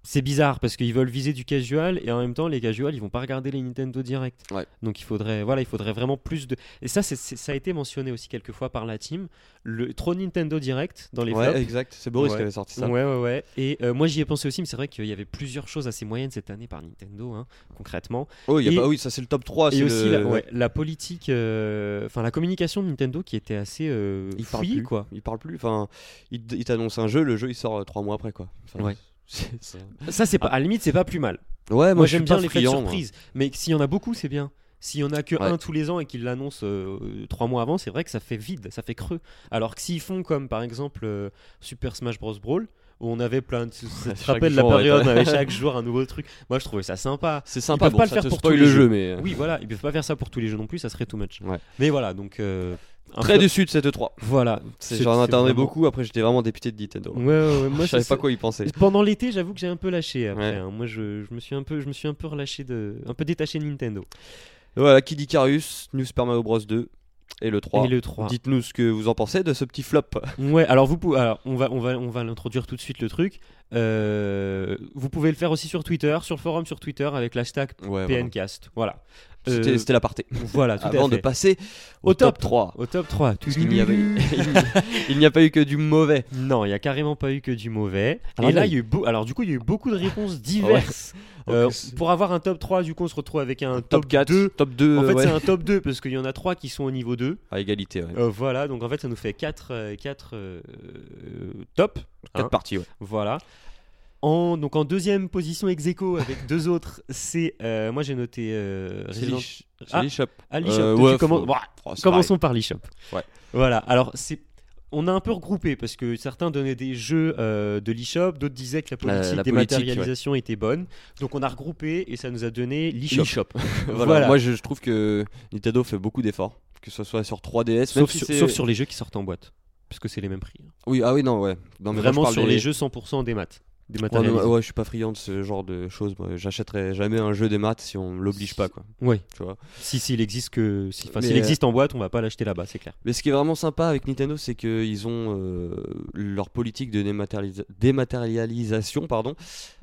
Speaker 1: c'est bizarre parce qu'ils veulent viser du casual et en même temps les casuals ils vont pas regarder les Nintendo Direct.
Speaker 2: Ouais.
Speaker 1: Donc il faudrait voilà, il faudrait vraiment plus de et ça c'est c'est- ça a été mentionné aussi quelques fois par la team, le trop Nintendo Direct dans les
Speaker 2: ouais,
Speaker 1: flops.
Speaker 2: exact. C'est Boris
Speaker 1: Ouais.
Speaker 2: qui avait sorti ça.
Speaker 1: Ouais, ouais, ouais. Et euh, moi j'y ai pensé aussi, mais c'est vrai qu'il y avait plusieurs choses assez moyennes cette année par Nintendo, hein, concrètement.
Speaker 2: Oh, il y a
Speaker 1: Et-
Speaker 2: pas- Oui, ça, c'est le top 3.
Speaker 1: et
Speaker 2: Ah, c'est
Speaker 1: aussi
Speaker 2: le-
Speaker 1: la, ouais, la politique, euh, enfin la communication de Nintendo qui était assez euh,
Speaker 2: Il parle
Speaker 1: fouillie,
Speaker 2: plus.
Speaker 1: quoi.
Speaker 2: Il parle plus. Enfin, il, t- il t'annonce un jeu, le jeu il sort euh, trois mois après quoi. Enfin,
Speaker 1: Ouais.
Speaker 2: c'est- c'est-
Speaker 1: Ça, c'est pas, à la limite, c'est pas plus mal.
Speaker 2: Ouais,
Speaker 1: Moi,
Speaker 2: je suis
Speaker 1: j'aime bien
Speaker 2: pas
Speaker 1: les fêtes
Speaker 2: friand, Ah, hein. moi.
Speaker 1: surprises, mais s'il y en a beaucoup, c'est bien. S'il y en a que
Speaker 2: Ouais.
Speaker 1: un tous les ans et qu'ils l'annoncent euh, trois mois avant, c'est vrai que ça fait vide, ça fait creux. Alors que s'ils font comme par exemple euh, Super Smash Bros Brawl, où on avait plein de. Tu te
Speaker 2: Chaque
Speaker 1: rappelles la
Speaker 2: jour, ouais,
Speaker 1: période, on
Speaker 2: t'as-
Speaker 1: avait chaque jour un nouveau truc. Moi, je trouvais ça sympa.
Speaker 2: C'est sympa.
Speaker 1: peuvent
Speaker 2: Bon,
Speaker 1: pas le
Speaker 2: ça
Speaker 1: faire
Speaker 2: te
Speaker 1: pour
Speaker 2: spoil
Speaker 1: tous
Speaker 2: le
Speaker 1: les
Speaker 2: jeu, mais
Speaker 1: Oui, voilà, ils peuvent pas faire ça pour tous les jeux non plus, ça serait too much.
Speaker 2: Euh. Ouais.
Speaker 1: Mais voilà, donc. euh, un
Speaker 2: très
Speaker 1: peu-
Speaker 2: déçu de cette 3
Speaker 1: Voilà. C'est-
Speaker 2: J'en
Speaker 1: c'est
Speaker 2: attendais
Speaker 1: vraiment-
Speaker 2: beaucoup. Après, j'étais vraiment dépité de Nintendo.
Speaker 1: Ouais, ouais, ouais, moi,
Speaker 2: je savais
Speaker 1: c'est-
Speaker 2: pas quoi y penser.
Speaker 1: Pendant l'été, j'avoue que j'ai un peu lâché. Après,
Speaker 2: Ouais.
Speaker 1: hein. moi, je, je me suis un peu, je me suis un peu relâché de, un peu détaché de Nintendo.
Speaker 2: Voilà, Kid Icarus, New Super Mario Bros 2 et le 3.
Speaker 1: Et le 3.
Speaker 2: Dites-nous ce que vous en pensez de ce petit flop.
Speaker 1: Ouais, alors vous pouvez, alors on va, on va, on va l'introduire tout de suite le truc. Euh, vous pouvez le faire aussi sur Twitter, sur le forum, sur Twitter avec l'hashtag
Speaker 2: Ouais, voilà.
Speaker 1: PNcast. Voilà.
Speaker 2: C'était
Speaker 1: Euh,
Speaker 2: c'était l'aparté.
Speaker 1: voilà, tout
Speaker 2: Avant
Speaker 1: à
Speaker 2: de
Speaker 1: fait.
Speaker 2: passer au,
Speaker 1: Au
Speaker 2: top
Speaker 1: top.
Speaker 2: 3.
Speaker 1: Au top 3.
Speaker 2: Parce qu'il n'y avait- il n'y a- il n'y a pas eu que du mauvais.
Speaker 1: Non, il y a carrément pas eu que du mauvais.
Speaker 2: Ah
Speaker 1: Et là,
Speaker 2: oui.
Speaker 1: il y a eu beau- alors du coup, il y a eu beaucoup de réponses diverses. Euh,
Speaker 2: Ok, c'est-
Speaker 1: pour avoir un top 3, du coup, on se retrouve avec un top,
Speaker 2: top 4,
Speaker 1: 2.
Speaker 2: top 2
Speaker 1: En fait,
Speaker 2: Euh, ouais.
Speaker 1: c'est un top 2 parce qu'il y en a 3 qui sont au niveau 2.
Speaker 2: à égalité. Ouais.
Speaker 1: Euh, voilà, donc en fait, ça nous fait euh, 4 top.
Speaker 2: Quatre
Speaker 1: hein.
Speaker 2: parties. Ouais.
Speaker 1: euh, Voilà. En, donc en deuxième position ex aequo avec deux autres, c'est euh, moi j'ai noté euh,
Speaker 2: C'est
Speaker 1: Resident-
Speaker 2: l'e-sh- c'est
Speaker 1: Ah,
Speaker 2: l'e-shop.
Speaker 1: Ah, l'eShop.
Speaker 2: Euh,
Speaker 1: Tu
Speaker 2: ouais,
Speaker 1: commences-
Speaker 2: faut-
Speaker 1: Bah,
Speaker 2: Oh, c'est
Speaker 1: commençons par l'eShop.
Speaker 2: Ouais.
Speaker 1: Voilà. Alors c'est on a un peu regroupé parce que certains donnaient des jeux euh, de l'eShop, d'autres disaient que la
Speaker 2: La- la
Speaker 1: politique des
Speaker 2: politique,
Speaker 1: matérialisations était bonne. Donc on a regroupé et ça nous a donné l'eShop.
Speaker 2: l'eShop. voilà.
Speaker 1: Voilà.
Speaker 2: Moi, je, je trouve que Nintendo fait beaucoup d'efforts, que ce soit sur 3DS, même
Speaker 1: Sauf,
Speaker 2: si
Speaker 1: sur,
Speaker 2: c'est-
Speaker 1: sauf sur les jeux qui sortent en boîte, parce que c'est les mêmes prix.
Speaker 2: Oui, ah oui, non, ouais. Non, mais moi, je
Speaker 1: Vraiment
Speaker 2: parle
Speaker 1: sur
Speaker 2: des-
Speaker 1: les jeux 100% des maths.
Speaker 2: Ouais,
Speaker 1: dématérialisé.
Speaker 2: non, ouais, je suis pas friand de ce genre de choses. moi. J'achèterai jamais un jeu des maths si on l'oblige pas, quoi.
Speaker 1: Ouais.
Speaker 2: Tu vois.
Speaker 1: Si, s'il existe que, si- enfin,
Speaker 2: Mais,
Speaker 1: s'il
Speaker 2: euh,
Speaker 1: existe en boîte, on va pas l'acheter là-bas, c'est clair.
Speaker 2: Mais ce qui est vraiment sympa avec Nintendo, c'est qu'ils ont euh, leur politique de dématérialisa- dématérialisation, pardon.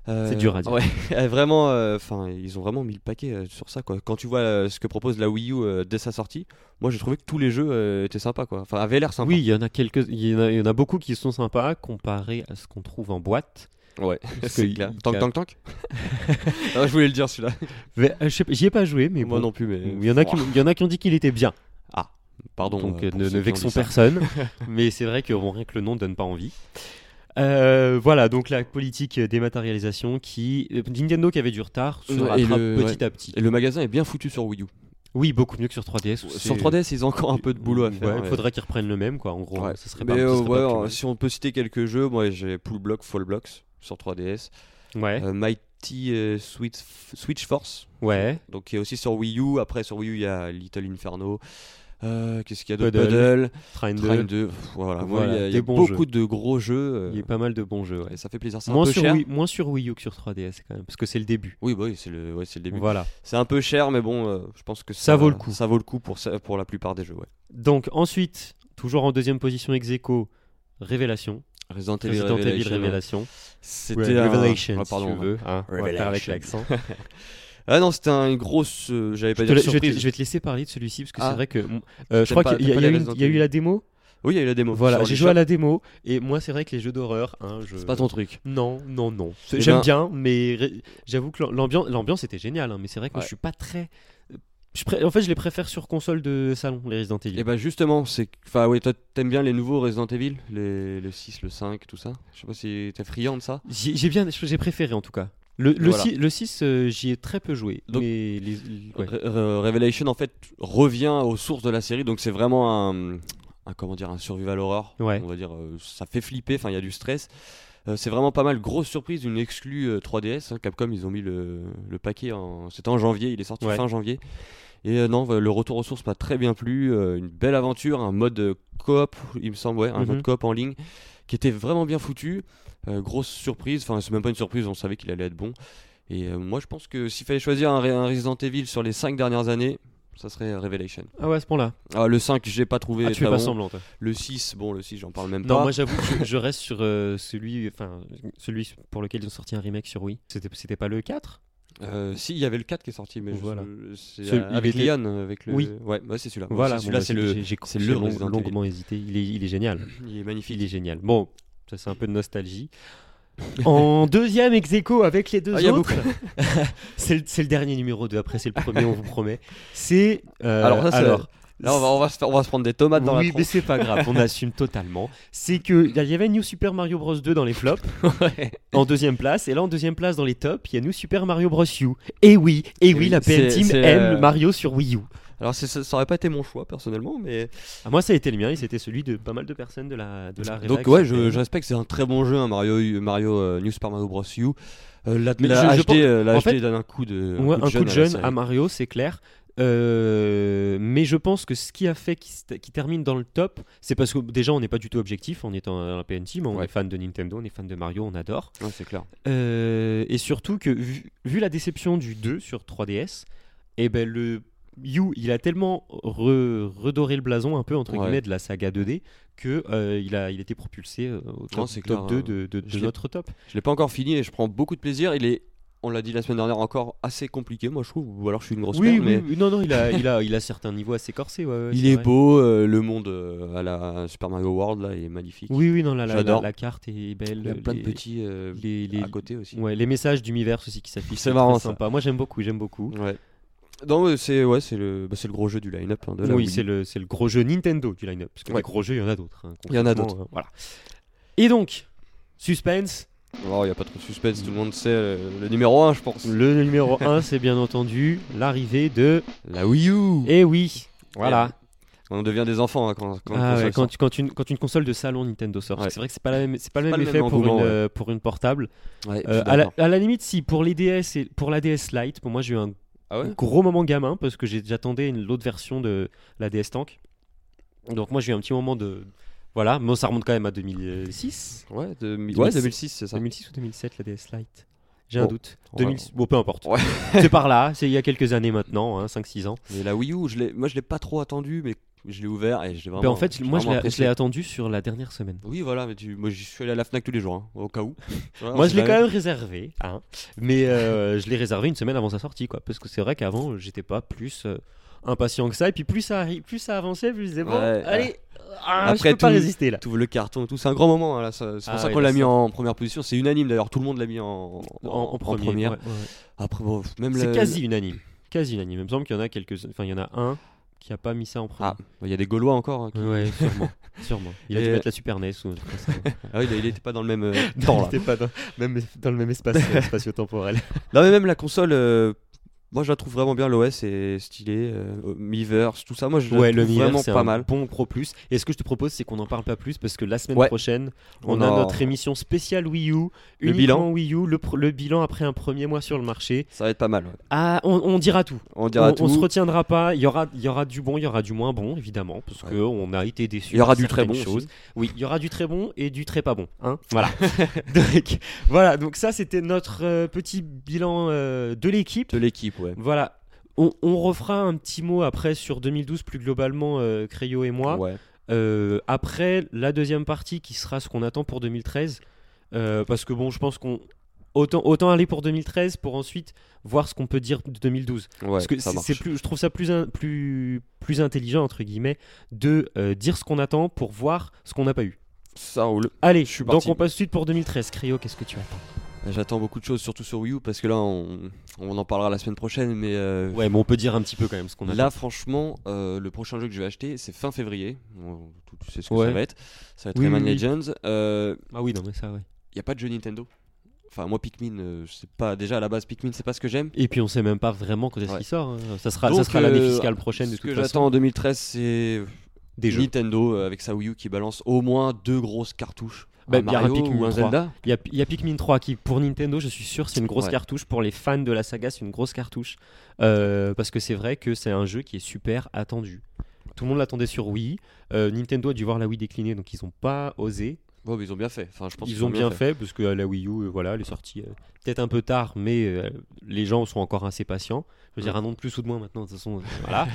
Speaker 2: euh,
Speaker 1: C'est dur à dire.
Speaker 2: ouais, elle est vraiment, euh, enfin, ils ont vraiment mis le paquet euh, sur ça, quoi. Quand tu vois euh, ce que propose la Wii U euh, dès sa sortie, moi j'ai trouvé que tous les jeux euh, étaient sympas, quoi. Enfin, avaient l'air sympas.
Speaker 1: Oui, il y en a quelques, il y en a, il y en a beaucoup qui sont sympas comparé à ce qu'on trouve en boîte.
Speaker 2: Ouais.
Speaker 1: Parce
Speaker 2: C'est
Speaker 1: que
Speaker 2: clair.
Speaker 1: il-
Speaker 2: Tank, tank, tank. Ah, je voulais le dire celui-là.
Speaker 1: Mais, euh, je sais pas, J'y ai pas joué, mais bon.
Speaker 2: Moi
Speaker 1: Euh,
Speaker 2: non plus, mais.
Speaker 1: Il y, en a qui, il y en a qui ont dit qu'il était bien,
Speaker 2: Pardon.
Speaker 1: donc
Speaker 2: euh,
Speaker 1: euh,
Speaker 2: pour
Speaker 1: ne, ne
Speaker 2: ceux qui ont dit
Speaker 1: vexons
Speaker 2: ça.
Speaker 1: personne. mais c'est vrai que bon, rien que le nom donne pas envie. Euh, voilà, donc la politique euh, dématérialisation qui. euh, Nintendo qui avait du retard se
Speaker 2: Ouais, et
Speaker 1: rattrape
Speaker 2: le-
Speaker 1: petit à petit.
Speaker 2: Et le magasin est bien foutu sur Wii U.
Speaker 1: Oui, beaucoup mieux que sur 3DS. où
Speaker 2: Sur
Speaker 1: c'est-
Speaker 2: 3DS, ils ont encore un peu de boulot à
Speaker 1: Ouais,
Speaker 2: faire.
Speaker 1: Il
Speaker 2: mais-
Speaker 1: faudrait qu'ils reprennent le même, quoi. En gros,
Speaker 2: Ouais.
Speaker 1: ça serait
Speaker 2: Mais
Speaker 1: pas, ça serait
Speaker 2: euh, ouais,
Speaker 1: pas plus
Speaker 2: alors,
Speaker 1: mal.
Speaker 2: si on peut citer quelques jeux, moi j'ai Pull Block, Fall Blocks sur 3DS,
Speaker 1: Ouais,
Speaker 2: Euh, Mighty euh, Switch, Switch Force,
Speaker 1: ouais.
Speaker 2: donc qui est aussi sur Wii U. Après sur Wii U, il y a Little Inferno. Euh, Qu'est-ce qu'il y a d'autre
Speaker 1: Puddle,
Speaker 2: Puddle,
Speaker 1: Train 2.
Speaker 2: Train 2. pff, Voilà, moi,
Speaker 1: Voilà,
Speaker 2: il y a, il y
Speaker 1: des
Speaker 2: a
Speaker 1: bons
Speaker 2: beaucoup de gros jeux. euh,
Speaker 1: Il y a pas mal de bons jeux. ouais.
Speaker 2: et ça fait plaisir. C'est un
Speaker 1: Moins
Speaker 2: peu
Speaker 1: sur,
Speaker 2: cher.
Speaker 1: Wii, moins sur Wii U que sur 3DS quand même, parce que c'est le début.
Speaker 2: Oui, bah oui, c'est le, ouais, c'est le début.
Speaker 1: Voilà.
Speaker 2: C'est un peu cher, mais bon, euh, je pense que ça,
Speaker 1: Ça vaut le coup.
Speaker 2: Ça vaut le coup pour, ça- pour la plupart des jeux. Ouais.
Speaker 1: Donc ensuite, toujours en deuxième position ex aequo, Révélation.
Speaker 2: Resident Evil
Speaker 1: Resident Evil
Speaker 2: Revelation.
Speaker 1: Révélation.
Speaker 2: C'était
Speaker 1: Ouais,
Speaker 2: un-
Speaker 1: Revelation,
Speaker 2: Ah, pardon.
Speaker 1: si tu veux. hein, on va faire avec
Speaker 2: Revelation.
Speaker 1: l'accent.
Speaker 2: Ah non, c'était un- une grosse. euh, J'allais pas
Speaker 1: je, te
Speaker 2: dire
Speaker 1: la- je vais te-
Speaker 2: surprise.
Speaker 1: je vais te laisser parler de celui-ci, parce que
Speaker 2: Ah.
Speaker 1: c'est vrai que... mm, euh, je
Speaker 2: T'aimes
Speaker 1: crois
Speaker 2: pas-
Speaker 1: qu'il y, a- il y
Speaker 2: t'aimes
Speaker 1: a
Speaker 2: pas les
Speaker 1: eu une-
Speaker 2: Resident
Speaker 1: il y a eu
Speaker 2: Evil.
Speaker 1: la démo.
Speaker 2: Oui, il y a eu la démo.
Speaker 1: Voilà,
Speaker 2: sur
Speaker 1: j'ai
Speaker 2: l'eShop.
Speaker 1: joué à la démo, et moi c'est vrai que les jeux d'horreur... hein, je-
Speaker 2: C'est pas ton truc.
Speaker 1: Non, non, non.
Speaker 2: Eh
Speaker 1: J'aime
Speaker 2: ben-
Speaker 1: bien, mais ré- j'avoue que l'ambiance, l'ambiance était géniale, hein, mais c'est vrai que moi,
Speaker 2: Ouais.
Speaker 1: je suis pas très... je pré- En fait, je les préfère sur console de salon, les Resident Evil.
Speaker 2: Et bah justement, c'est. Enfin, ouais, toi, t'aimes bien les nouveaux Resident Evil les... Le 6, le 5, tout ça Je sais pas si t'es friand de ça.
Speaker 1: J'ai j'ai bien, j'ai préféré en tout cas. Le, le,
Speaker 2: ben- Voilà.
Speaker 1: six- le 6, euh, j'y ai très peu joué.
Speaker 2: Donc-
Speaker 1: mais les- les- ouais.
Speaker 2: Re- Re- Revelation, en fait, revient aux sources de la série, donc c'est vraiment un. un- comment dire, un survival horror.
Speaker 1: Ouais.
Speaker 2: On va dire, euh, ça fait flipper, enfin, il y a du stress. Euh, c'est vraiment pas mal. Grosse surprise, une exclue euh, 3DS. hein, Capcom, ils ont mis le, le paquet. En... C'était en janvier, il est sorti
Speaker 1: Ouais.
Speaker 2: fin janvier. Et euh, non, le retour aux sources m'a très bien plu. euh, une belle aventure, un mode euh, coop, il me semble, ouais, un
Speaker 1: Mhm.
Speaker 2: mode coop en ligne, qui était vraiment bien foutu. Euh, grosse surprise, enfin, c'est même pas une surprise, on savait qu'il allait être bon. Et euh, moi, je pense que s'il fallait choisir un, Re- un Resident Evil sur les 5 dernières années, ça serait Revelation.
Speaker 1: Ah ouais, à ce point-là.
Speaker 2: Ah, le 5, j'ai pas trouvé.
Speaker 1: Ah, tu fais
Speaker 2: très
Speaker 1: pas
Speaker 2: bon.
Speaker 1: semblant, toi.
Speaker 2: Le 6, bon, le 6, j'en parle même
Speaker 1: Non,
Speaker 2: pas.
Speaker 1: moi j'avoue, que je, je reste sur euh, celui, enfin, celui pour lequel ils ont sorti un remake sur Wii. C'était, c'était pas le 4
Speaker 2: Euh, si, il y avait le 4 qui est sorti, mais je-
Speaker 1: Voilà.
Speaker 2: c'est
Speaker 1: Celui-
Speaker 2: euh, avec
Speaker 1: il était-
Speaker 2: Leon, avec le.
Speaker 1: Oui.
Speaker 2: Ouais, ouais, c'est celui-là.
Speaker 1: Voilà,
Speaker 2: C'est
Speaker 1: bon,
Speaker 2: celui-là,
Speaker 1: bah,
Speaker 2: c'est le.
Speaker 1: j'ai- j'ai
Speaker 2: c'est le
Speaker 1: long-
Speaker 2: Resident Evil.
Speaker 1: longuement hésité. Il est, il est génial.
Speaker 2: Il est magnifique.
Speaker 1: Il est génial. Bon, ça c'est un peu de nostalgie. en deuxième ex aequo avec les deux
Speaker 2: Ah, il y a
Speaker 1: autres, c'est, le, c'est le dernier numéro 2, après c'est le premier, on vous promet. C'est. euh,
Speaker 2: Alors, ça, c'est-
Speaker 1: alors
Speaker 2: Là, on va, on va se faire- on va se prendre des tomates dans
Speaker 1: oui,
Speaker 2: la
Speaker 1: mais
Speaker 2: tronche.
Speaker 1: c'est pas grave, on assume totalement. C'est que il y avait New Super Mario Bros 2 dans les flops, en deuxième place, et là en deuxième place dans les tops, il y a New Super Mario Bros U. Et oui, et oui,
Speaker 2: Eh Oui,
Speaker 1: la PM
Speaker 2: c'est-
Speaker 1: Team
Speaker 2: c'est,
Speaker 1: aime
Speaker 2: euh,
Speaker 1: le Mario sur Wii U.
Speaker 2: Alors, c'est- ça, ça aurait pas été mon choix, personnellement, mais.
Speaker 1: Ah, moi, ça a été le mien, et c'était celui de pas mal de personnes de la de la
Speaker 2: Donc,
Speaker 1: rédac.
Speaker 2: ouais, je, je respecte, c'est un très bon jeu, hein, Mario, U- Mario euh, New Super Mario Bros. U. Euh, la,
Speaker 1: Mais je-
Speaker 2: la
Speaker 1: je
Speaker 2: HD, euh, la
Speaker 1: en
Speaker 2: HD
Speaker 1: fait,
Speaker 2: donne un coup de.
Speaker 1: Ouais, un coup de
Speaker 2: à la
Speaker 1: jeune
Speaker 2: série.
Speaker 1: à, Mario, c'est clair. Euh, mais je pense que ce qui a fait qu'il st- qu'il termine dans le top, c'est parce que déjà on n'est pas du tout objectif, on est dans la PM Team, on
Speaker 2: Ouais.
Speaker 1: est fan de Nintendo, on est fan de Mario, on adore.
Speaker 2: Ouais, c'est clair.
Speaker 1: Euh, et surtout que, vu, vu la déception du 2 sur 3DS, et ben le You, il a tellement re- redoré le blason un peu entre
Speaker 2: Ouais.
Speaker 1: guillemets de la saga 2D que euh, il a il était propulsé euh, au top,
Speaker 2: c'est
Speaker 1: top
Speaker 2: clair,
Speaker 1: 2
Speaker 2: hein.
Speaker 1: de, de- de
Speaker 2: Je l'ai-
Speaker 1: notre top.
Speaker 2: Je l'ai pas encore fini et je prends beaucoup de plaisir. Il est, on l'a dit la semaine dernière, encore assez compliqué, moi je trouve. Ou alors je suis une grosse merde, mais.
Speaker 1: non non, il a il a il a certains niveaux assez corsés. ouais, ouais,
Speaker 2: Il
Speaker 1: c'est
Speaker 2: est
Speaker 1: vrai.
Speaker 2: beau, euh, le monde euh, à la Super Mario World là est magnifique.
Speaker 1: Oui oui non la la, la,
Speaker 2: J'adore.
Speaker 1: la carte est belle.
Speaker 2: Il y a plein de
Speaker 1: les-
Speaker 2: petits euh,
Speaker 1: les, les-
Speaker 2: à côté aussi.
Speaker 1: ouais, les messages d'univers aussi qui s'affichent.
Speaker 2: C'est marrant,
Speaker 1: très
Speaker 2: ça.
Speaker 1: sympa. Moi j'aime beaucoup j'aime beaucoup.
Speaker 2: Ouais. Non, euh, c'est ouais, c'est le bah, c'est le gros jeu du line-up hein, de la
Speaker 1: oui,
Speaker 2: Wii.
Speaker 1: c'est le, c'est le gros jeu Nintendo du line-up. Parce que
Speaker 2: Ouais.
Speaker 1: les gros jeux, il y en a d'autres. hein,
Speaker 2: Il y en a
Speaker 1: concrètement, hein, voilà. Et donc, suspense,
Speaker 2: Oh, il y a pas trop de suspense, tout le monde sait euh, le numéro 1 je pense.
Speaker 1: le numéro 1, c'est bien entendu l'arrivée de.
Speaker 2: La Wii U.
Speaker 1: Eh oui! Voilà.
Speaker 2: On devient des enfants hein, quand quand,
Speaker 1: Ah
Speaker 2: quand
Speaker 1: ouais,
Speaker 2: Eh, ça
Speaker 1: quand,
Speaker 2: sort.
Speaker 1: tu- quand une, quand une console de salon Nintendo sort. parce
Speaker 2: Ouais.
Speaker 1: que C'est vrai que c'est pas, la même- c'est pas le
Speaker 2: C'est
Speaker 1: même
Speaker 2: pas le
Speaker 1: effet
Speaker 2: même
Speaker 1: pour, une,
Speaker 2: engouement, ouais.
Speaker 1: euh, pour une portable.
Speaker 2: Ouais, je suis
Speaker 1: Euh, à, la,
Speaker 2: d'accord.
Speaker 1: à la limite, si pour les DS et pour la DS Lite, pour moi j'ai eu un
Speaker 2: Ah ouais
Speaker 1: gros moment gamin parce que j'ai- j'attendais une- l'autre version de la DS Tank. Donc moi j'ai eu un petit moment de Voilà, mais ça remonte quand même à 2006.
Speaker 2: Ouais, 2000
Speaker 1: Ouais,
Speaker 2: ouais,
Speaker 1: 2006,
Speaker 2: 2006, c'est ça.
Speaker 1: 2006 ou 2007, la DS Lite J'ai un
Speaker 2: Bon,
Speaker 1: doute.
Speaker 2: on va-
Speaker 1: 2000... Bon, peu importe.
Speaker 2: Ouais.
Speaker 1: c'est par là, c'est il y a quelques années maintenant, 5-6 ans.
Speaker 2: Mais la Wii U, je l'ai- moi je l'ai pas trop attendu, mais je l'ai ouvert et je l'ai vraiment.
Speaker 1: Ben, en fait,
Speaker 2: j'ai
Speaker 1: moi, je
Speaker 2: vraiment
Speaker 1: l'ai- je
Speaker 2: apprécié.
Speaker 1: l'ai attendu sur la dernière semaine.
Speaker 2: Oui, voilà, mais tu... moi j'y suis allé à la Fnac tous les jours, hein, au cas où. Voilà,
Speaker 1: Moi,
Speaker 2: on
Speaker 1: je
Speaker 2: sait
Speaker 1: l'ai quand
Speaker 2: jamais.
Speaker 1: même réservé, hein. mais euh, je l'ai réservé une semaine avant sa sortie, quoi. Parce que c'est vrai qu'avant, j'étais pas plus euh, impatient que ça. Et puis, plus ça, arri- plus ça avançait, plus je disais, bon,
Speaker 2: Ouais,
Speaker 1: allez, ah, je
Speaker 2: Après
Speaker 1: peux pas
Speaker 2: tout-
Speaker 1: résister là.
Speaker 2: Tout le carton, et tout, c'est un grand moment. hein, là, ça- C'est pour
Speaker 1: Ah
Speaker 2: ça
Speaker 1: ouais,
Speaker 2: qu'on l'a
Speaker 1: bah,
Speaker 2: mis
Speaker 1: ça.
Speaker 2: en première position. C'est unanime d'ailleurs, tout le monde l'a mis en,
Speaker 1: En, en premier,
Speaker 2: première.
Speaker 1: ouais, ouais, ouais.
Speaker 2: Après, bon, même
Speaker 1: c'est
Speaker 2: le-
Speaker 1: quasi unanime. Quasi unanime. Il me semble qu'il y en a quelques, enfin, il y en a un qui a pas mis ça en premier.
Speaker 2: Ah, il y a des Gaulois encore. hein, qui-
Speaker 1: Ouais, sûrement, sûrement. Il a dû
Speaker 2: Et-
Speaker 1: mettre la Super NES ou un truc comme ça.
Speaker 2: Ah oui, il n'était pas dans le même euh, temps là.
Speaker 1: Il était pas dans, même dans le même espace euh, spatio-temporel.
Speaker 2: Non, mais même la console, euh, moi je la trouve vraiment bien. L'OS est stylé, euh, Miiverse, tout ça. Moi je la
Speaker 1: Ouais, le
Speaker 2: trouve
Speaker 1: Miiverse,
Speaker 2: vraiment
Speaker 1: c'est
Speaker 2: pas
Speaker 1: un
Speaker 2: mal.
Speaker 1: Bon pro plus. Et ce que je te propose, c'est qu'on n'en parle pas plus parce que la semaine
Speaker 2: Ouais.
Speaker 1: prochaine, on, a
Speaker 2: en-
Speaker 1: notre émission spéciale Wii U,
Speaker 2: Le
Speaker 1: uniquement
Speaker 2: bilan.
Speaker 1: Wii U, le, pr- le bilan après un premier mois sur le marché.
Speaker 2: Ça va être pas mal. ouais.
Speaker 1: Ah, on, on dira tout.
Speaker 2: On dira
Speaker 1: on,
Speaker 2: tout.
Speaker 1: on se retiendra pas. Il y aura, il y aura du bon, il y aura du moins bon, évidemment, parce
Speaker 2: Ouais.
Speaker 1: que on a été déçus.
Speaker 2: Il y aura
Speaker 1: par
Speaker 2: du très bon
Speaker 1: certaines
Speaker 2: aussi.
Speaker 1: choses. Oui, il y aura du très bon et du très pas bon. Hein voilà. donc, voilà. Donc ça, c'était notre euh, petit bilan euh, de l'équipe.
Speaker 2: de l'équipe, ouais.
Speaker 1: Voilà. On, on refera un petit mot après sur 2012 plus globalement, euh, Crayo et moi.
Speaker 2: Ouais.
Speaker 1: Euh, après la deuxième partie qui sera ce qu'on attend pour 2013. euh, parce que bon, je pense qu'on... Autant, autant aller pour 2013 pour ensuite voir ce qu'on peut dire de 2012. parce que
Speaker 2: ça
Speaker 1: c'est-
Speaker 2: marche.
Speaker 1: c'est plus, je trouve ça plus, in- plus, plus intelligent, entre guillemets, de euh, dire ce qu'on attend pour voir ce qu'on n'a pas eu.
Speaker 2: Ça roule.
Speaker 1: Allez,
Speaker 2: Je suis
Speaker 1: donc
Speaker 2: parti.
Speaker 1: on passe tout de suite pour 2013. Cryo, qu'est-ce que tu attends
Speaker 2: J'attends beaucoup de choses, surtout sur Wii U, parce que là, on, on en parlera la semaine prochaine, mais euh,
Speaker 1: Ouais, mais on peut dire un petit peu quand même ce qu'on
Speaker 2: là, franchement, euh, le prochain jeu que je vais acheter, c'est fin février. Bon, tout- tu sais ce que
Speaker 1: Ouais.
Speaker 2: ça va être. Ça va être
Speaker 1: Oui,
Speaker 2: Rayman
Speaker 1: oui, oui.
Speaker 2: Legends. Euh,
Speaker 1: Ah oui, non, mais ça, ouais.
Speaker 2: Il n'y a pas de jeu Nintendo. Enfin, moi, Pikmin, euh, je sais pas. Déjà, à la base, Pikmin, c'est pas ce que j'aime.
Speaker 1: Et puis on sait même pas vraiment quand est-ce
Speaker 2: Ouais.
Speaker 1: qu'il sort. hein. Ça sera, ça
Speaker 2: Donc,
Speaker 1: sera l'année
Speaker 2: euh,
Speaker 1: fiscale prochaine de
Speaker 2: Ce que
Speaker 1: toute façon.
Speaker 2: j'attends en 2013, c'est
Speaker 1: Des jeux.
Speaker 2: Nintendo euh, avec sa Wii U qui balance au moins deux grosses cartouches.
Speaker 1: Bah,
Speaker 2: un
Speaker 1: il y aura
Speaker 2: Mario
Speaker 1: Pikmin
Speaker 2: ou
Speaker 1: 3.
Speaker 2: un Zelda.
Speaker 1: Il y, a, il y a Pikmin 3 qui, pour Nintendo, je suis sûr, c'est une grosse
Speaker 2: Ouais.
Speaker 1: cartouche. Pour les fans de la saga, c'est une grosse cartouche. Euh, parce que c'est vrai que c'est un jeu qui est super attendu. Tout le monde l'attendait sur Wii. Euh, Nintendo a dû voir la Wii décliner, donc ils n'ont pas osé.
Speaker 2: Ouais, mais ils ont bien fait. Enfin, je pense
Speaker 1: Ils
Speaker 2: qu'ils
Speaker 1: ont bien fait, parce que euh, la Wii U, euh, voilà, elle est sortie euh, peut-être un peu tard, mais euh, les gens sont encore assez patients. Je veux dire, un
Speaker 2: Mm.
Speaker 1: an de plus ou de moins maintenant, de toute façon, euh, voilà.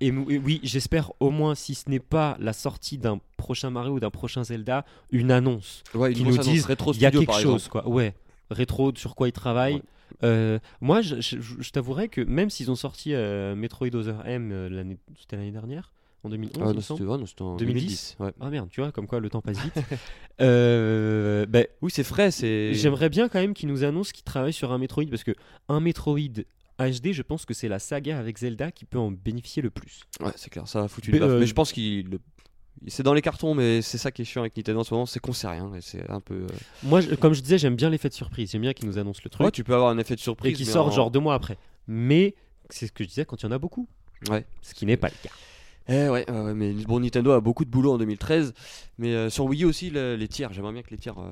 Speaker 1: Et mou- et oui, j'espère au moins, si ce n'est pas la sortie d'un prochain Mario ou d'un prochain Zelda, une annonce.
Speaker 2: Ouais,
Speaker 1: Qui
Speaker 2: une grosse
Speaker 1: nous disent,
Speaker 2: annonce. Retro
Speaker 1: Il y a
Speaker 2: Studio,
Speaker 1: quelque
Speaker 2: par
Speaker 1: chose,
Speaker 2: exemple.
Speaker 1: quoi. Ouais. Rétro, sur quoi ils travaillent.
Speaker 2: Ouais.
Speaker 1: Euh, moi, je, je- je- je t'avouerais que même s'ils ont sorti euh, Metroid Other M euh, l'année, c'était l'année dernière, en 2011,
Speaker 2: Ah,
Speaker 1: il me
Speaker 2: non,
Speaker 1: semble.
Speaker 2: c'était ouais, non, c'était en
Speaker 1: 2010.
Speaker 2: 2010. ouais.
Speaker 1: Ah merde, tu vois, comme quoi le temps passe vite. Euh, ben,
Speaker 2: Oui, c'est frais, c'est.
Speaker 1: J'aimerais bien quand même qu'ils nous annoncent qu'ils travaillent sur un Metroid parce que un Metroid HD, je pense que c'est la saga avec Zelda qui peut en bénéficier le plus.
Speaker 2: Ouais, c'est clair, ça a foutu
Speaker 1: Mais,
Speaker 2: une baffe.
Speaker 1: euh,
Speaker 2: Mais je pense qu'il. le- C'est dans les cartons, mais c'est ça qui est chiant avec Nintendo en ce moment, c'est qu'on sait rien. Et c'est un peu. euh,
Speaker 1: Moi, je- comme je disais, j'aime bien l'effet de surprise. J'aime bien qu'ils nous annoncent le truc
Speaker 2: Ouais, Oh, tu peux avoir un effet de surprise.
Speaker 1: et qu'ils
Speaker 2: mais
Speaker 1: sortent
Speaker 2: en-
Speaker 1: genre deux mois après. Mais c'est ce que je disais quand il y en a beaucoup.
Speaker 2: Ouais.
Speaker 1: Ce qui n'est pas le cas.
Speaker 2: Eh ouais, ouais, ouais, mais bon, Nintendo a beaucoup de boulot en 2013. Mais euh, sur Wii U aussi, le- les tiers, j'aimerais bien que les tiers euh,